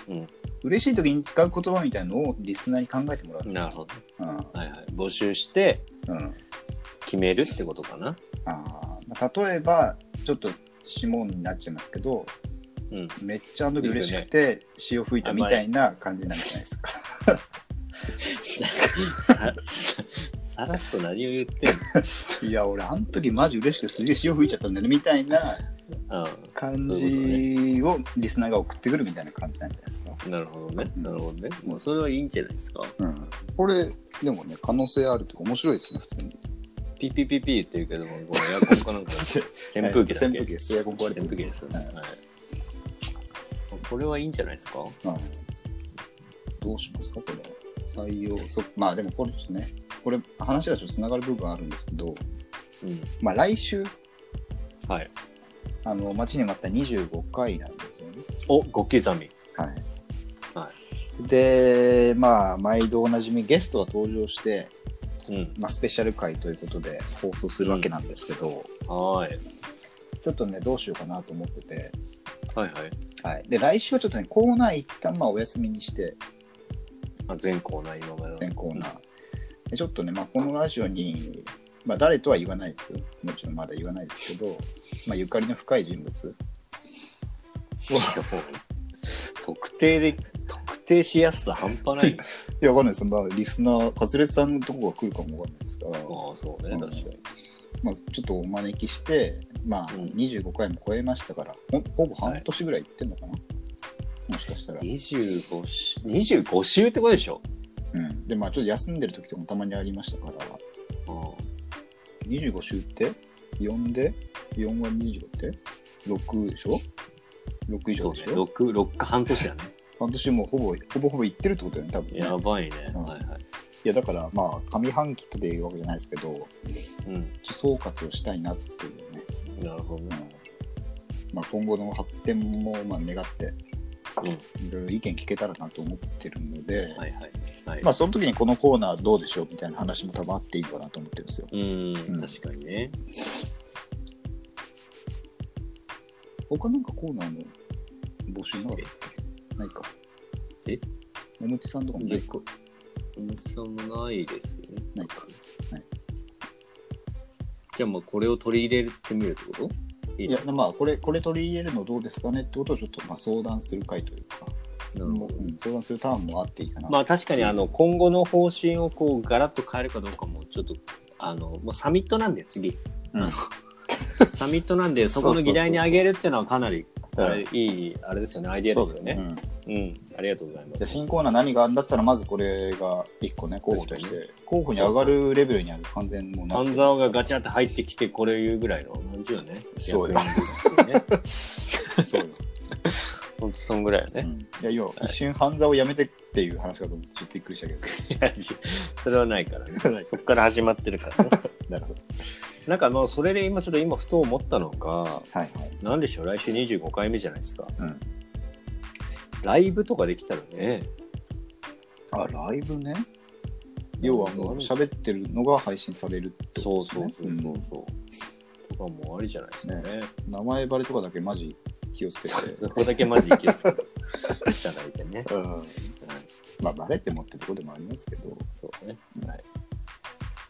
S1: うん
S2: 嬉しい時に使う言葉みたいのをリスナーに考えてもらう。
S1: なるほど。
S2: うん。
S1: はいはい。募集して
S2: うん。
S1: 決めるってことかな。
S2: あーまあ、例えば、ちょっと指紋になっちゃいますけど、
S1: うん。
S2: めっちゃあの時嬉しくて詩を吹いたみたいな感じなんじゃないですか。
S1: さささらっと何を言ってん
S2: いや、俺、あの時マジ嬉しくてすげえ詩を吹いちゃったんだよねみた いな
S1: の
S2: 感じをリスナーが送ってくるみたいな感じなんじゃないですか。
S1: うん。なるほどね。なるほどね。もうそれはいいんじゃないですか。
S2: うん。
S3: これ、でもね、可能性あるとか面白いですね、普通に。
S1: ピッピッピッピーって言うけども、これエアコンかなんか 扇風機だっけ
S2: 扇風機です。エアコン壊れて
S1: 扇
S2: る
S1: 風機ですよね。はい。これはいいんじゃないですか
S2: うんどうしますかこれ。採用。そまあでもこれちょっとね、これ話がちょっとつながる部分あるんですけど、
S1: うん。
S2: まあ来週、
S1: はい。
S2: あの、待ちに待った25回なんですよね。
S1: お、ご刻み。
S2: はい。
S1: は
S2: で、まあ、毎度おなじみゲストが登場して、
S1: うん。
S2: まあ、スペシャル回ということで放送するわけなんですけど、
S1: はーい。
S2: ちょっとね、どうしようかなと思ってて、
S1: はいはい。
S2: はい。で、来週はちょっとね、コーナー一旦まあお休みにして、
S1: あ全コーナー今までの。
S2: 全コーナー。でちょっとね、まあ、このラジオに、まあ、誰とは言わないですよ。もちろんまだ言わないですけど、まあ、ゆかりの深い人物。
S1: 特定で、特定しやすさ半端 ない。
S2: いや、わかんないです。まあ、リスナー、カズレさんのとこが来るかもわかんないですから、
S1: ああ、そうね、
S2: うん
S1: 確かに。
S2: まあ、ちょっとお招きして、まあ、
S1: うん
S2: 25回も超えましたから、ほんほぼ半年ぐらい行ってんのかな、もしかしたら。
S1: 25週、25週ってことでしょ
S2: うん。で、まあ、ちょっと休んでる時とかもたまにありましたから、25週って4で ?4 割25って6でしょ ?6 以
S1: そ
S2: 上
S1: う
S2: で
S1: ね
S2: し。ょ
S1: 6、六か半年だね。
S2: 半年もうほぼ、ほぼほぼ行ってるってことだよね、多分ね、
S1: やばいね。
S2: うん
S1: はいはい。
S2: いや、だから、まあ、上半期とでいうわけじゃないですけど、
S1: うん。
S2: ちょっと総括をしたいなっていうね。
S1: なるほど
S2: う
S1: ね。
S2: んまあ、今後の発展も、まあ、願って、
S1: う
S2: いろいろ意見聞けたらなと思ってるので、
S1: ん。はいはい。はい。
S2: まあ、その時にこのコーナーどうでしょうみたいな話も多分あっていいのかなと思ってるんですよ。
S1: うん
S2: うん、
S1: 確かにね。
S2: 他なんかコーナーの募集なかったっけないか。
S1: え
S2: ももちさんとかもない
S1: で、
S2: か
S1: こ、おもちさんもないですね。
S2: ないか。
S1: じゃあまあこれを取り入れてみるってこといい
S2: い
S1: ね
S2: や、まあ、これ、これ取り入れるのどうですかねってことをちょっとまあ相談する会というか、
S1: なる
S2: も
S1: ほ
S2: う
S1: ど。
S2: うん相談するターンもあっていいかな。
S1: まあ確かにあの今後の方針をこうガラッと変えるかどうかもちょっとあのもうサミットなんで次、
S2: うん
S1: あの サミットなんでそこの議題に挙げるっていうのはかなり
S2: うん
S1: あれいいあれですよねアイディアですよね
S2: そうですね
S1: うん、ありがとうござい
S2: うん
S1: ま
S2: じゃあ
S1: す
S2: 新コーナー何があるんだって言ったら、まずこれが一個ね、候補とし
S1: 確
S2: て、候補に上がるレベルにある完全にもうな
S1: 半
S2: ってます
S1: 沢がガチャって入ってきてこれ言うぐらいの感じよね
S2: そうよ
S1: 役割分 担っていうね
S2: そうよ
S1: ほんとそんぐらいよ
S2: う
S1: ね、
S2: んいや、今、一瞬、半沢をやめてっていう話かと思って、ちょっとびっくりしたけど。
S1: いや それはないからねそっから始まってるからね
S2: なるほど。
S1: なんかまあそれで今それ今ふと思ったのが
S2: はいはい。
S1: なんでしょう来週25回目じゃないですか
S2: うん、
S1: ライブとかできたらね
S2: あ、ライブね。要はもう喋ってるのが配信されるってこ
S1: そう
S2: とです
S1: そう
S2: ね。
S1: そうそうそう。とかもありじゃないですかね。
S2: うん名前バレとかだけマジ気をつけて。
S1: そこだけマジ気をつけていただいてね。
S2: うん、
S1: はい、
S2: まあバレてもってとこでもありますけど、ま
S1: そうね。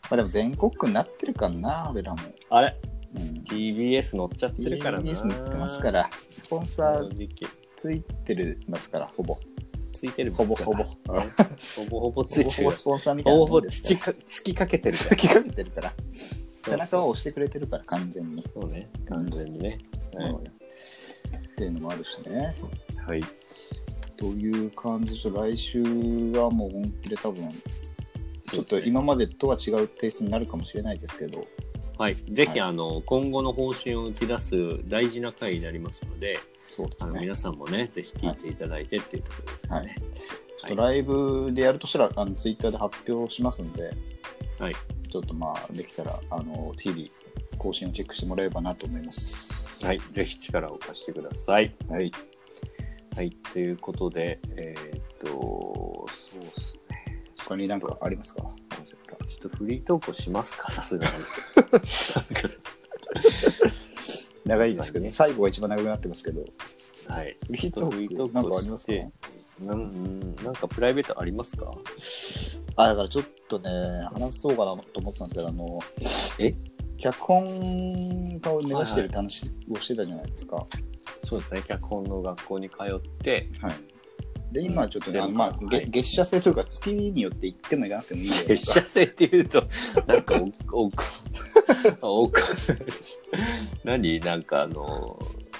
S2: あでも全国区になってるからな、俺らも。
S1: あれ
S2: うん、
S1: ?TBS 乗っちゃってるからな。
S2: TBS に行ってますか。ら、スポンサーついてるますから、ほぼ。
S1: ついてる
S2: ほ
S1: もん
S2: ぼ
S1: ですか
S2: ほぼ。
S1: ら
S2: ほ
S1: ほぼほぼつい
S2: ぼ
S1: て
S2: ほ
S1: る
S2: ぼ。スポンサーみたいな
S1: ほぼ
S2: も
S1: ほ
S2: ん
S1: ぼ
S2: です
S1: 土
S2: か。
S1: か突きかけてるからら。
S2: きかけてるから、 背中は
S1: を。
S2: 押してくれてるから、完全に。
S1: そうね。完全にね。
S2: そうよっていうのもあるしね。
S1: はい。
S2: という感じで、来週はもう本気で多分、ちょっと今までとは違うテイストになるかもしれないですけど、
S1: はい、ぜ
S2: はい
S1: ひ、あの今後の方針を打ち出す大事な回になりますので、
S2: そうで
S1: あ
S2: す
S1: の
S2: ね。
S1: 皆さんもね、ぜひ聞いていただいてっていうところですかね。
S2: ちょっとライブでやるとしたら、あのツイッターで発表しますんで、
S1: はい
S2: ちょっとまあ、できたら、あの、日々、更新をチェックしてもらえればなと思います。
S1: はい、ぜひ力を貸してください。
S2: はい。
S1: はい、ということで、えーっと、そうっすね。
S2: 他になんかありますか
S1: ちょっとフリートークをします か、さすがに。なんか
S2: 長いですけど、
S1: はい
S2: 最後が一番長くなってますけど、
S1: はい、
S2: フリート
S1: ちょっ
S2: ーク
S1: とフリートーク
S2: なんか
S1: を
S2: ありますか
S1: してうんうん、なんかプライベートありますか
S2: あ、だからちょっとね、話そうかなと思ってたんですけど、あの、
S1: え
S2: 脚本家を目指してるって話をしてたじゃないですか。は
S1: そうですね、脚本の学校に通って、
S2: い。で、今ちょっとね、
S1: うん
S2: まあ、
S1: はい
S2: 月月謝制というか、月によって行っても行かなくてもいいよ。
S1: 月謝制っていう と、なんかお、お、お、お、何なんかあの、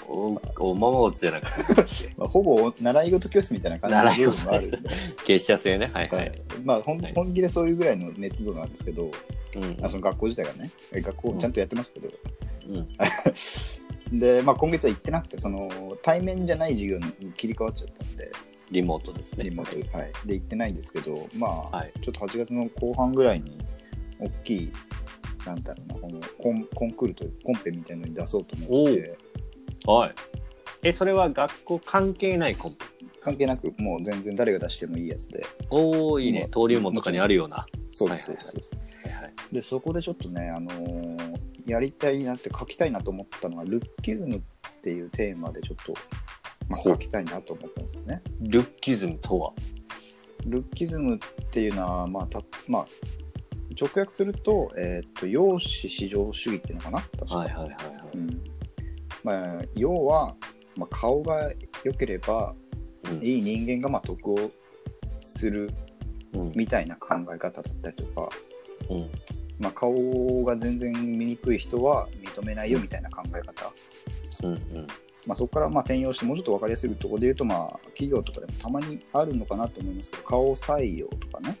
S1: お、おままごつじゃなくて、
S2: まあ、ほぼ習い事教室みたいな感じの部分もあるんで、
S1: 月謝制ね、はいは
S2: はいい。まあ本
S1: はい
S2: 本気でそういうぐらいの熱度なんですけど、
S1: うん
S2: あその学校自体がね、学校ちゃんとやってますけど、
S1: うん、
S2: で、まあ、今月は行ってなくて、その対面じゃない授業に切り替わっちゃったんで、
S1: リモートですね。
S2: リモート、はい、で行ってないんですけど、まあ、
S1: はい
S2: ちょっと8月の後半ぐらいに、大きい、なんだろうな、このコンコンクールというコンペみたいなのに出そうと思って、
S1: はい。え、それは学校関係ないコンペ。
S2: 関係なく、もう全然誰が出してもいいやつで、
S1: おー、いいね。登竜門とかにあるような。
S2: そうです、そ
S1: はい
S2: うで
S1: はいはい
S2: すそうです。
S1: はいはい
S2: でそこでちょっとね、あのーやりたいなって書きたいなと思ったのがルッキズムっていうテーマでちょっと、まあ、
S1: ほう
S2: 書きたいなと思ったんですよね。
S1: ルッキズムとは
S2: ルッキズムっていうのは、まあたまあ、直訳すると,、えーっと容姿至上主義っていうのかな確か、
S1: はいはいはいは
S2: うんまあ、要は、まあ、顔が良ければ
S1: い。
S2: いい人間がまあ得をする
S1: うん。うん
S2: みたいな考え方だったりとか、
S1: うん。
S2: まあ、顔が全然醜い人は認めないよみたいな考え方。
S1: うんうん。
S2: まあ、そこからまあ転用してもうちょっと分かりやすいところで言うと、まあ、企業とかでもたまにあるのかなと思いますけど顔採用とかね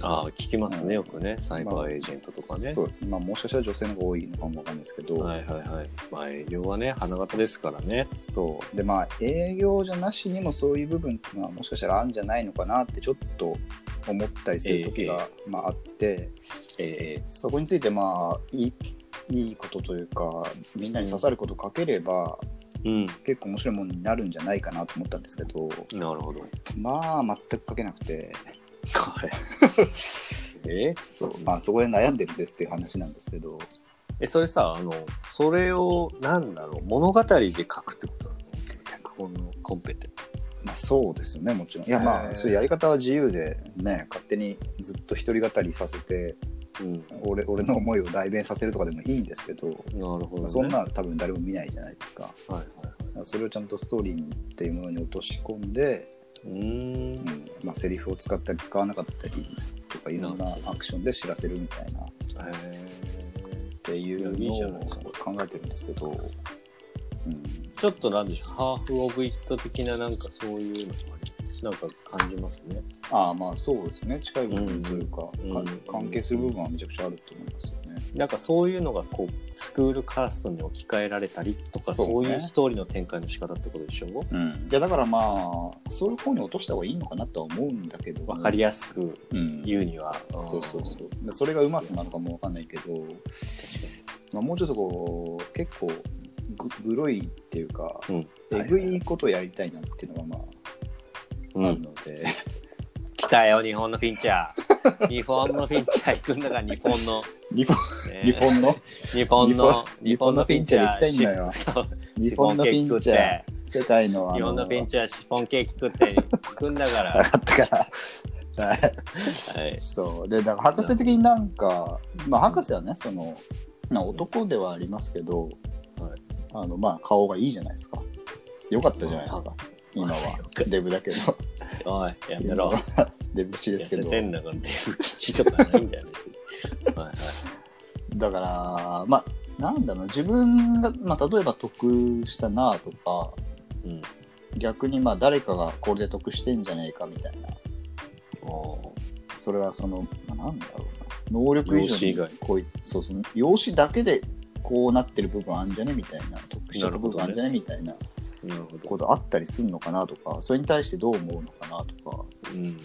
S1: ああ、聞きます
S2: うん
S1: ね、よくね。サイバーエージェントとかね。
S2: そうですね、まあ、もしかしたら女性の方が多いのかも分かんないですけど、
S1: はいはいはい。まあ営業はね、花形ですからね。
S2: そうでまあ営業じゃなしにもそういう部分っていうのはもしかしたらあるんじゃないのかなってちょっと思ったりする時が、まあ、あって
S1: え
S2: そこについてまあいいいいことというかみんなに刺さることを書ければ、
S1: えう
S2: 結構面白いものになるんじゃないかなと思ったんですけど
S1: ん。なるほど。
S2: まあ全く書けなくて。
S1: はい。 え
S2: そうまあ、そこで悩んでるんですっていう話なんですけど
S1: え、それさ、あの、それを、なんだろう、物語で書くってことなの脚本のコンペって。
S2: まあ、そうですよねもちろんいや
S1: へ
S2: まあ
S1: ー
S2: そういうやり方は自由でね勝手にずっと独り語りさせて
S1: うん。
S2: 俺俺の思いを代弁させるとかでもいいんですけど、
S1: なるほど、ね。
S2: そんなの多分誰も見ないじゃないですかだか
S1: はいはいはい。
S2: らそれをちゃんとストーリーっていうものに落とし込んで、
S1: うー。
S2: うんんまあ、セリフを使ったり使わなかったりとかいろんなアクションで知らせるみたいなっ
S1: へえ
S2: ていう
S1: いやいいじゃな
S2: の
S1: い
S2: を
S1: ですか
S2: 考えてるんですけど、うん、
S1: ちょっとなんでしょう、ハーフ・オブ・イット的ななんかそういうのもありなんか感じますね。
S2: ああまあそうですね近い部分というか、
S1: うん
S2: か
S1: うん
S2: 関係する部分はめちゃくちゃあると思いますよね。
S1: なんかそういうのがこう、スクールカーストに置き換えられたりとか、そ
S2: そ
S1: うう,、い
S2: ね
S1: うストーリーの展開の仕方ってことでしょ
S2: うん、いやだからまあそういう方に落とした方がいいのかなとは思うんだけど
S1: わかりやすく
S2: うん
S1: 言うには。ん
S2: そうそうそうでそれがうまさなのかもわかんないけど、まあ、もうちょっとこう結構ググロいっていうか、
S1: うん
S2: えぐいことをやりたいなっていうのがまあ、
S1: う
S2: ある
S1: ん、
S2: ので、
S1: 来たよ、日本のフィンチャ ー。日本のフィンチャー行くんだから、日本の。
S2: 日本
S1: ね
S2: 日本の
S1: 日本の
S2: 日本のフィンチャーで行きたいんだよ
S1: シフォンそう
S2: 日本のピ
S1: シ
S2: ンチ
S1: フォンケーキ食っ
S2: ャ
S1: て
S2: ー世界のあの
S1: 日本のフィンチャーシフォンケーキ食って行くんだか
S2: 分
S1: ら。
S2: かったから。はい
S1: はい。
S2: そうでだから博士的になんか、まあ、博士はねその、まあ、男ではありますけど、
S1: はい
S2: あのまあ、顔がいいじゃないですか良かったじゃないですか、今はデブだけど
S1: おい、やめ ろ。
S2: デブ口ですけ
S1: 痩せ
S2: ど
S1: てんだから、デブ吉とかないんだよ、別に。はい
S2: だからまあなんだろう自分が、まあ、例えば得したなとか
S1: はい。うん。
S2: 逆にまあ誰かがこれで得してんじゃねえかみたいな
S1: お
S2: それはその、まあ、なんだろうな能力以
S1: 容姿以
S2: 上
S1: 外
S2: にこいつそうそう容姿だけでこうなってる部分あんじゃねみたいな得した部分あんじゃねみたいな
S1: ーなるほど。
S2: ことあったりするのかなとかそれに対してどう思うのかなとか
S1: うん。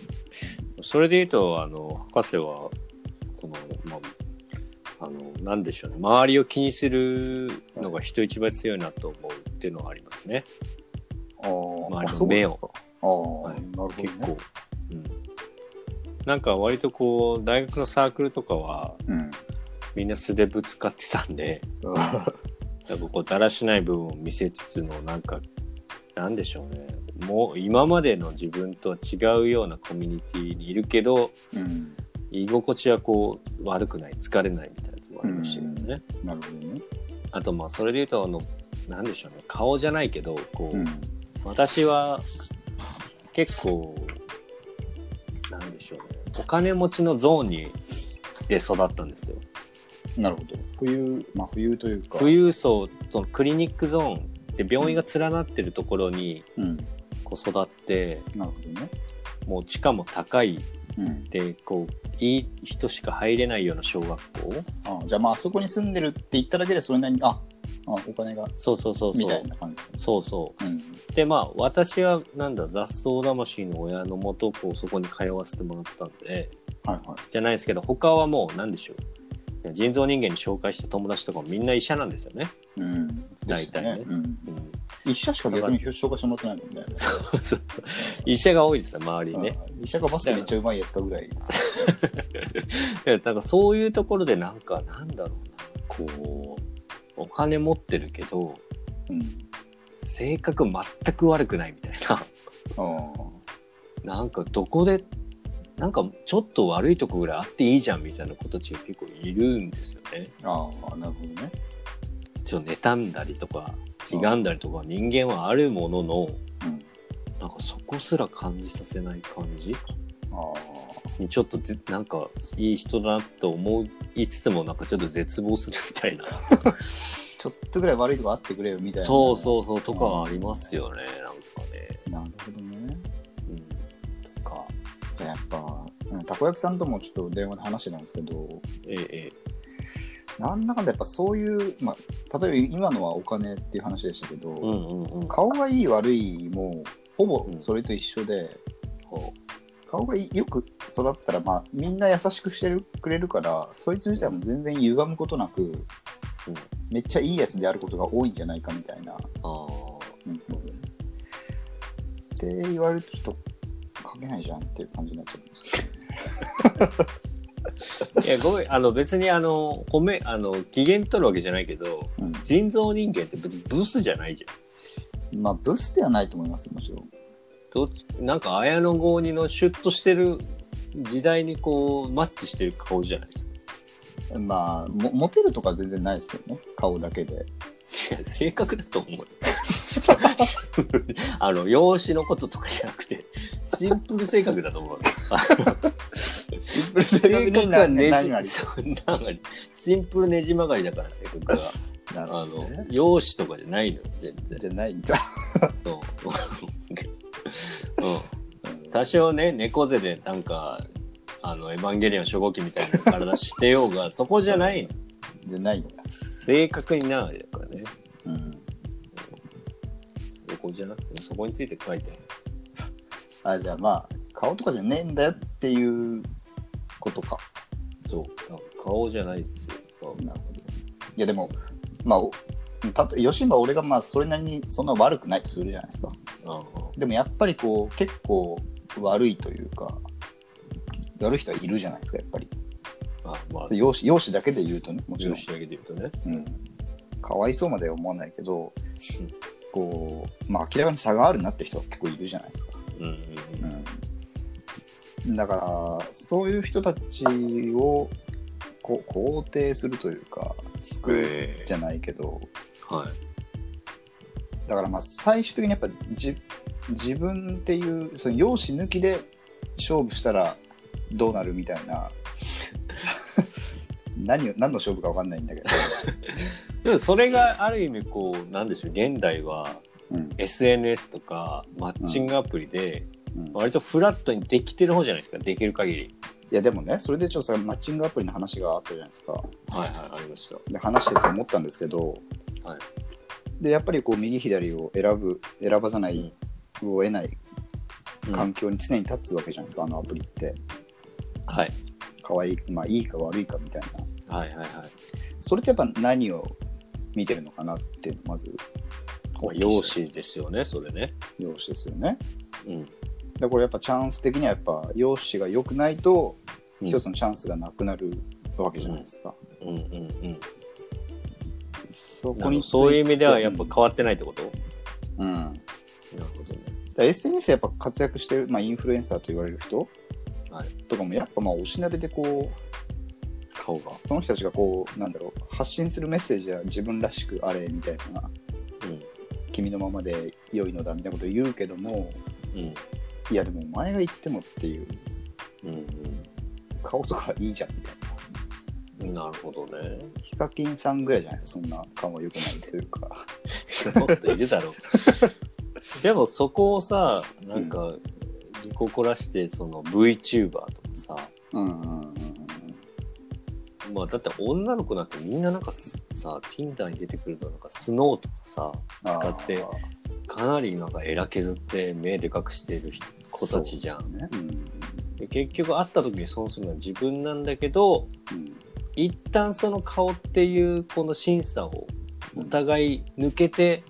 S1: それで言うと、あの、博士は、その、まあ、あの、なんでしょうね。周りを気にするのが人一倍強いなと思うっていうのはありますね。
S2: あー
S1: 周りの
S2: そうですかああ、
S1: はい
S2: なるほど、ね、
S1: 結構。うん。なんか割とこう、大学のサークルとかは、
S2: うん
S1: みんな素でぶつかってたんで、やっぱこうだらしない部分を見せつつのなんかなんでしょうねもう今までの自分と違うようなコミュニティにいるけど
S2: うん。
S1: 居心地はこう悪くない疲れないみたいなところありましたけどね、
S2: なるほどね。
S1: あとまあそれで言うとあのなんでしょうね顔じゃないけどこう、
S2: うん。
S1: 私は結構なんでしょうねお金持ちのゾーンにで育ったんですよ
S2: なるほど。
S3: 冬、まあ冬というか。
S1: 富裕層とクリニックゾーンで病院が連なってるところに
S2: うん。
S1: こう育って
S2: なるほどね。
S1: もう地価も高い
S2: うん。
S1: でこういい人しか入れないような小学校
S2: あじゃあまあ、あそこに住んでるって言っただけで、それなりに、あ、あお金が、
S1: そうそうそう
S2: み
S1: そ
S2: たいうな感じですね。
S1: そうそう
S2: うん。
S1: うでまあ私はなんだ雑草魂の親のもとこうそこに通わせてもらったんで
S2: はいは
S1: じゃないですけど他はもう何でしょういや人造人間に紹介した友達とかもみんな医者なんですよね、
S2: い。うん。
S1: 大体ね
S2: ですうん。
S1: うん、
S2: 一社しか逆に紹介してもらってないもんね。
S1: 医者が多いですよ周りね
S2: うん医者がバスケめっちゃうまいですかぐらいですね。
S1: でなんかそういうところでなんかなんだろうなこうお金持ってるけど
S2: うん。
S1: 性格全く悪くないみたいな
S2: あ
S1: なんかどこでなんかちょっと悪いとこぐらいあっていいじゃんみたいな子たちが結構いるんですよね。
S2: あ。ああ、なるほどね。
S1: ちょっと妬んだりとか悲んだりとか人間はあるものの、
S2: うん
S1: なんかそこすら感じさせない感じ
S2: あ
S1: にちょっとぜなんかいい人だなと思いつつもなんかちょっと絶望するみたいな
S2: あ。ちょっとぐらい悪いとこあってくれよみたいな。
S1: そうそうそうとかはありますよねなんかね。
S2: う。なるほどね。
S1: うん、とか
S2: じゃあやっぱ、うんたこ焼きさんともちょっと電話で話してたんですけど、
S1: えええ
S2: なんだかんだやっぱそういう、まあ、例えば今のはお金っていう話でしたけど、
S1: えうんうんうん。
S2: 顔がいい悪いもほぼ
S1: うん
S2: それと一緒で、
S1: こ
S2: 顔がいいよく育ったら、まあ、みんな優しくしてるくれるからそいつ自体も全然歪むことなく、
S1: うん
S2: めっちゃいいやつであることが多いんじゃないかみたいな。
S1: うああ
S2: って言われるとちょっと書けないじゃんっていう感じになっちゃうんですけど。
S1: いやごめんあの別にあの褒めあの機嫌取るわけじゃないけど
S2: うん
S1: 人造人間って別にブスじゃないじゃん
S2: まあブスではないと思いますもちろん。
S1: どっちなんか綾野剛にのシュッとしてる時代にこうマッチしてる顔じゃないですか
S2: まあ、もモテるとか全然ないですけどね、顔だけで。
S1: いや性格だと思うよ あの容姿のこととかじゃなくてシンプル性格だと思う
S2: シンプル性格にな
S1: ね
S2: 何があり
S1: じそう何がりシンプルねじ曲がりだから性格が
S2: な
S1: あ
S2: るほど
S1: の
S2: ね、
S1: 容姿とかじゃないのよ全然
S2: じゃないんだ。
S1: そううん多少ね猫背でなんかあのエヴァンゲリオン初号機みたいな体してようがそこじゃないの
S2: じゃないんだ。
S1: 正確になあれだからね
S2: うん。
S1: そこじゃなくてそこについて書いて
S2: あ、じゃあまあ、顔とかじゃねえんだよっていうことか。
S1: そう顔じゃないですよ
S2: なるほど。いやでも、まあ、おたと吉村俺がまあそれなりにそんな悪くないとするじゃないですか。
S1: あ
S2: でもやっぱりこう、結構悪いというか、悪い人はいるじゃないですか、やっぱり。
S1: あまあ
S2: 容姿容姿だけで言うとね、もちろ
S1: 重
S2: ん
S1: 視。上げて言うとね
S2: うん、かわいそうまでは思わないけど、こう、まあ、明らかに差があるなって人は結構いるじゃないですか。
S1: うんうんうん
S2: うん、だから、そういう人たちをこう肯定するというか、救
S1: え
S2: うじゃないけど、
S1: ーはい
S2: だからまあ最終的にやっぱじ自分っていう、その容姿抜きで勝負したらどうなるみたいな。 何を何の勝負か分かんないんだけど、
S1: でもそれがある意味こうなんでしょう現代は
S2: うん、
S1: SNS とかマッチングアプリで
S2: うん
S1: 割とフラットにできてる方じゃないですかできる限り
S2: いやでもね、それでちょっとさ、マッチングアプリの話があったじゃないですか。
S1: はいはいありました
S2: で、話してて思ったんですけど、
S1: はい
S2: で、やっぱりこう、右左を選ぶ、選ばざないを得ない環境に常に立つわけじゃないですか、あのアプリって。
S1: はい
S2: 可愛いまあいいか悪いかみたいな。
S1: はいはいはい。
S2: それってやっぱ何を見てるのかなっていうのまず、
S1: まあ、容姿ですよね、それね。
S2: 容姿ですよね。
S1: うん。
S2: だからこれやっぱチャンス的にはやっぱ、容姿が良くないと、
S1: うん
S2: 一つのチャンスがなくなるわけじゃないですか。
S1: うんうん
S2: そ
S1: うん。そういう意味ではやっぱ
S2: 変
S1: 変わってないってこと、
S2: うん
S1: なるほどね。
S2: ら SNS やっぱ活躍してる、まあ、インフルエンサーと言われる人、
S1: はい
S2: とかもやっぱまあおしなべでこう
S1: 顔が。
S2: その人たちがこうなんだろう発信するメッセージは自分らしくあれみたいな君のままで良いのだみたいなこと言うけども
S1: うん。
S2: いやでもお前が言ってもっていう
S1: うん。
S2: 顔とかいいじゃんみたいな
S1: うん。なるほど ね。
S2: ヒカキンさんぐらいじゃないそんな顔は良くないというか
S1: もっといるだろう。でもそこをさ、なんか、リココらして、その VTuber とかさ、
S2: うんうんうん
S1: まあだって女の子なんてみんななんかすさ、Tinder に出てくるのなんかスノーとかさ、使って、かなりなんかえら削って目でかくしてる人子たちじゃん。
S2: ん、ね
S1: で結局会った時に損するのは自分なんだけど、
S2: うん
S1: 一旦その顔っていうこの審査をお互い抜けて、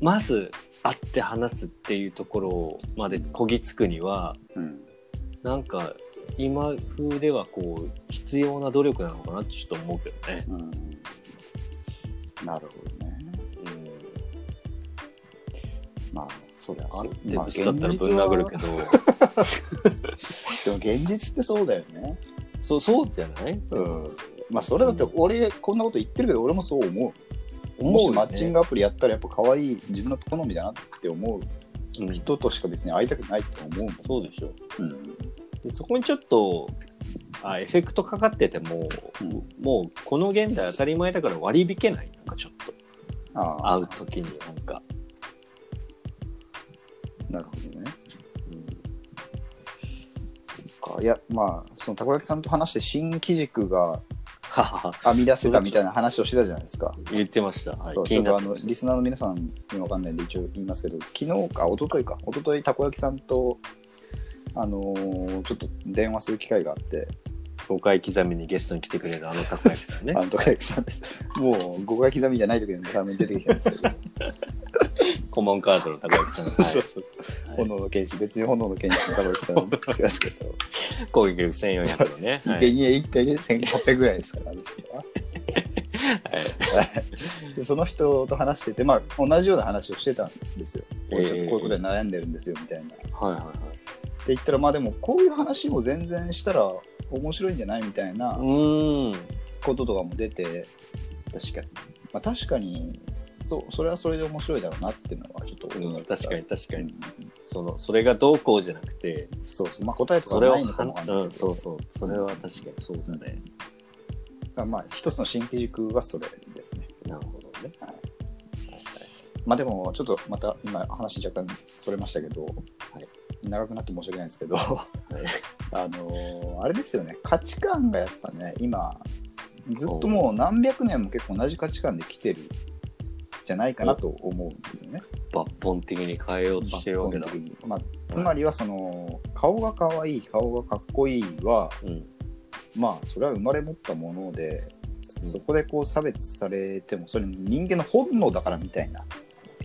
S1: まず会って話すっていうところまでこぎつくには
S2: うん
S1: なんか今風ではこう必要な努力なのかなってちょっと思うけどね。
S2: うんうん、なるほどねまあそりゃ
S1: あ
S2: あ
S1: るって
S2: まあ
S1: ブスだったらぶん殴るけど、
S2: でも現実ってそうだよね
S1: そうそうじゃない、
S2: うんまあそれだって俺こんなこと言ってるけど俺もそう思うもしマッチングアプリやったらやっぱ可愛い自分の好みだなって思
S1: うん
S2: う人としか別に会いたくないって思うもん、
S1: そうでしょ
S2: うん
S1: でそこにちょっとあエフェクトかかってても、
S2: うん
S1: もうこの現代当たり前だから割り引けないなんかちょっと
S2: ああ
S1: 会う時になんか、
S2: なるほどね
S1: うん
S2: そっかいやまあそのたこ焼きさんと話して新機軸が
S1: ははは
S2: 編み出せたみたいな話をしてたじゃないですか
S1: 言ってました、はい
S2: そう、
S1: 気
S2: ちょ
S1: にな
S2: っと
S1: っ
S2: あ
S1: て
S2: の
S1: まし
S2: リスナーの皆さんにわかんないんで一応言いますけど昨日か一昨日か一昨日たこ焼きさんとあのーちょっと電話する機会があって
S1: た5回刻みにゲストに来てくれるあのたこ焼き さんね
S2: あのたこ焼きさんですもう5回刻みじゃない時に多分出てきたん ですけど、
S1: コモンカードのたこ焼 きさん、はい
S2: そうそうそう炎の剣士別に炎の剣士のたこ焼きさんですけど
S1: 攻撃力1400のね、はい
S2: 生贄一体で1800ぐらいですから、あの人はでその人と話してて、まあ、同じような話をしてたんですよ。
S1: えー
S2: 俺ちょっとこういうことで悩んでるんですよみたいな。って
S1: はいはいはい
S2: 言ったら、まあでもこういう話も全然したら面白いんじゃないみたいな
S1: うーん
S2: こととかも出て、
S1: 確かに
S2: まあ、確かにそうそれはそれで面白いだろうなっていうのはちょっと思
S1: うん確かに確か
S2: う
S1: に、
S2: ん
S1: そのそれがどうこうじゃなくて
S2: そうそう、まあ、答えとか
S1: そ
S2: は
S1: れを
S2: な
S1: はい
S2: のかもわかんないけど
S1: うんそうそうそれは確かにそうだね、
S2: だからまあ一つの新機軸はそれですね。
S1: なるほどね。
S2: はいまあでもちょっとまた今話若干それましたけど、長くなって申し訳ないんですけど、 あのーあれですよね価値観がやっぱね今ずっともう何百年も結構同じ価値観で来てるじゃないかなと思うんですよね。
S1: 抜本的に変えようとしてるわけだ
S2: 抜。本的にまあ、つまりはその顔が可愛い顔がかっこいいは
S1: うん。
S2: まあそれは生まれ持ったもので、そこでこう差別されてもそれ人間の本能だからみたいな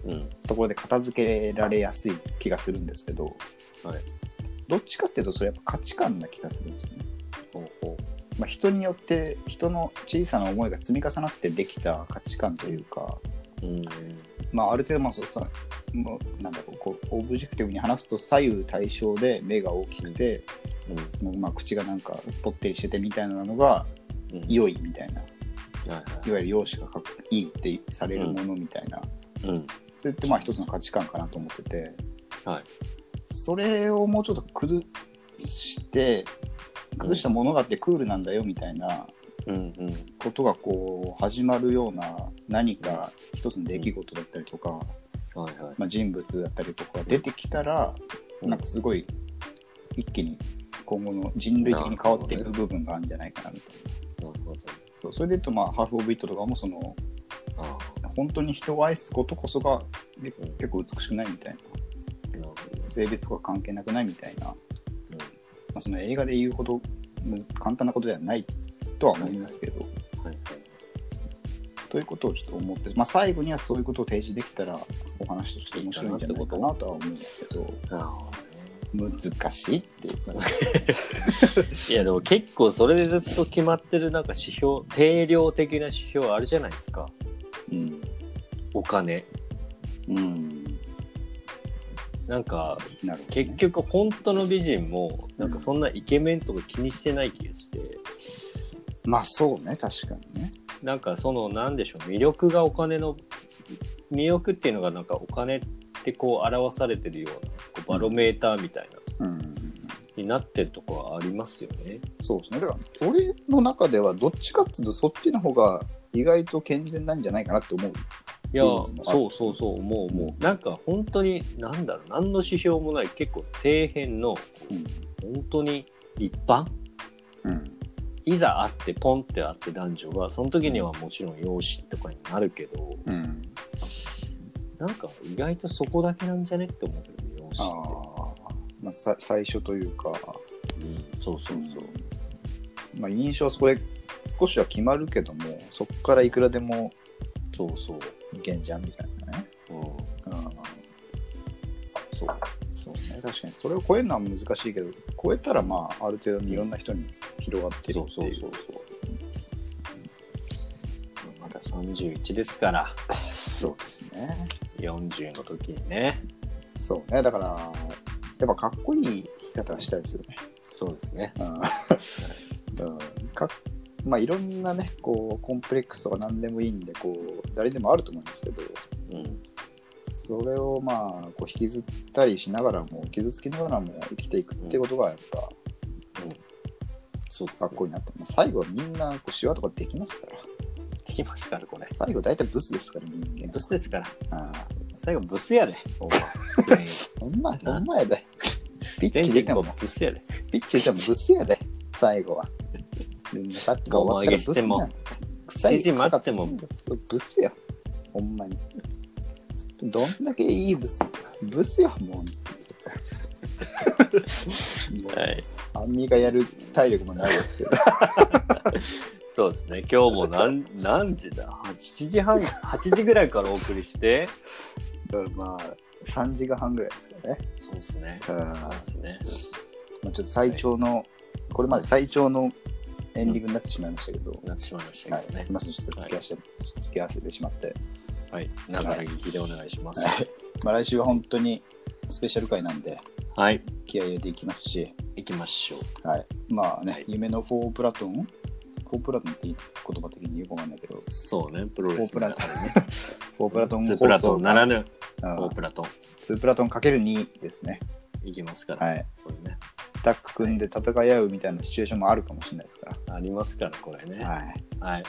S1: うん。
S2: ところで片付けられやすい気がするんですけど、
S1: はい
S2: どっちかっていうとそれやっぱ価値観な気がするんですよね。
S1: ほうほ
S2: まあ、人によって人の小さな思いが積み重なってできた価値観というか、
S1: う。うん。
S2: まあ、ある程度まあそうさもうなんだろうこうオブジェクティブに話すと左右対称で目が大きくてそのまあ口がなんかぽってりしててみたいなのが
S1: うん。うん。
S2: 良いみたいな
S1: はい
S2: いわゆる容姿がかっこいいってされるものみたいな、
S1: はい。うん。
S2: それってまあ一つの価値観かなと思ってて、
S1: はい
S2: それをもうちょっと崩して崩したものがあってクールなんだよみたいな
S1: うんうん。
S2: ことがこう始まるような何か一つの出来事だったりとか、
S1: はいはい。
S2: まあ、人物だったりとか出てきた
S1: う
S2: ら、
S1: ん
S2: なんかすごい一気に今後の人類的に変わってい
S1: な
S2: く
S1: る
S2: 部分があるんじゃないかなみたいな。
S1: なるほど。
S2: そうそれで言うと、まあ、ハーフ・オブ・イットとかもその
S1: あ
S2: 本当に人を愛すことこそが
S1: あ。うん。
S2: 結構美しくないみたいな
S1: なるほ
S2: 性別とか関係なくないみたいな、まあ、その映画で言うほどむ簡単なことではないとは思いますけど、
S1: ど。はいはい。
S2: ということをちょっと思って、まあ、最後にはそういうことを提示できたらお話として面白いんじゃないかなとは思うんですけど
S1: なるほどね。
S2: 難しいっていうか
S1: いやでも結構それでずっと決まってるなんか指標定量的な指標あるじゃないですか
S2: うん
S1: お金
S2: うん
S1: なんか
S2: なるほど、ね。
S1: 結局本当の美人もなんかそんなイケメンとか気にしてない気がして
S2: まあそうね、確かにね。
S1: なんかそのなんでしょう魅力がお金の魅力っていうのがなんかお金ってこう表されてるようなこうバロメーターみたいな、
S2: うん。
S1: になってるとこはありますよね。
S2: そうですね。だから、俺の中ではどっちかっていうと、そっちの方が意外と健全なんじゃないかなって思う。
S1: いや、
S2: うん
S1: そうそうそう思う思う、なんか本当に何だろう何の指標もない結構底辺のこう本当に一般
S2: うん。
S1: いざ会ってポンって会って男女がその時にはもちろん養子とかになるけど
S2: うん。
S1: なんか意外とそこだけなんじゃねって思うけど養
S2: あ
S1: 子って。
S2: あ。まあ、さ最初というか、
S1: そうそうそう。
S2: まあ、印象はそこで少しは決まるけども、そこからいくらでも
S1: そうそう。
S2: いけんじゃんみたいなね。
S1: うん
S2: うん。そう。そうね。確かに、それを超えるのは難しいけど、超えたら、まあ、ある程度にいろんな人に広がってる
S1: そう
S2: って
S1: そう
S2: いう。
S1: そうそう。まだ31ですから、
S2: そうですね。
S1: 40の時にね。
S2: そうね、だから、やっぱかっこいい生き方はしたいですよね。
S1: そうですね。
S2: うん。うんかまあ、いろんなね、こう、コンプレックスとか何でもいいんで、こう、誰でもあると思うんですけど、
S1: うん。
S2: それをまあ、こう、引きずったりしながらも、傷つきながらも生きていくってことが、やっぱ、
S1: そうです
S2: かっこいいなって。まあ最後、みんな、こう、シワとかできますから。
S1: いい。できますから、これ。
S2: 最後、大体ブスですから、人間。
S1: ブスですから。
S2: ああ。
S1: 最後、ブスやで。ほんま
S2: ほんま、ほんまやで。ピッ
S1: 全
S2: チ
S1: 員
S2: 出
S1: 全
S2: て
S1: 人
S2: も
S1: 口、ブスやで。
S2: ピッチ出てもブスやで、最後は。みんなサッカー終わったらブスな
S1: もう
S2: の
S1: 上。7時待っても、
S2: ブスよほんまにどんだけいいブスブスよもうもう
S1: はい。
S2: アンミがやる体力もないですけど
S1: そうですね。今日も何、 何時だ ?7 時半、8時ぐらいからお送りして。
S2: まあ3時間半ぐらいですからね
S1: そうですね。
S2: うん
S1: そうですね。
S2: まあちょっと最長の、これまで最長のエンディングになってしまいましたけど、
S1: なってしまいました
S2: は
S1: けど
S2: い、
S1: ね
S2: すみ。ませんちょっと付き合わせて、付き合わせてしまって、
S1: はい。長らぎきでお願いします。
S2: まあ、来週は本当にスペシャル回なんで
S1: はい。
S2: 気合い入れていきますし
S1: 行きましょう。
S2: はい、まあね、
S1: はい
S2: 夢のフォープラトンフォープラトンって言葉的によくわかんないけど、
S1: そうね、プロ
S2: フォ
S1: レ
S2: ー
S1: ス
S2: プラ
S1: ね
S2: トンね。フォープラトン
S1: ツー
S2: 放
S1: プラト
S2: 送
S1: ンならぬ、
S2: あ
S1: フォープラトン。
S2: ツープラトンかける2ですね。
S1: いきますから、
S2: はい。
S1: これね。
S2: タッグ組んで戦い合うみたいなシチュエーションもあるかもしれないですか
S1: ありますから、これね。
S2: ら。
S1: はい。
S2: はい。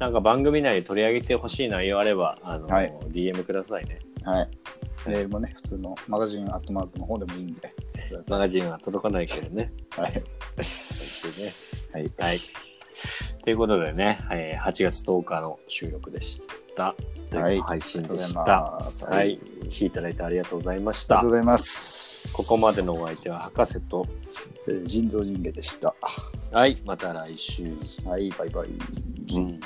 S1: なんか番組内で取り上げてほしい内容あれば、あの、
S2: はい
S1: DM くださいね。
S2: はい。メールもね、普通のマガジンアットマークの方でもいいんで。
S1: マガジンは届かないけどね。
S2: は
S1: は
S2: い。
S1: いね
S2: はい。
S1: はい。ということでね、えー8月10日の収録でした。というか配信でした。は
S2: ありがとうございます。
S1: い。
S2: はい。あ
S1: 聞
S2: り
S1: いていただいてありがとうございまし
S2: が
S1: た
S2: とう。ございます。
S1: ここまでのお相手は博士と、
S2: えー人造人間でした。
S1: はい、また来週。
S2: はい、バイバイ。
S1: うん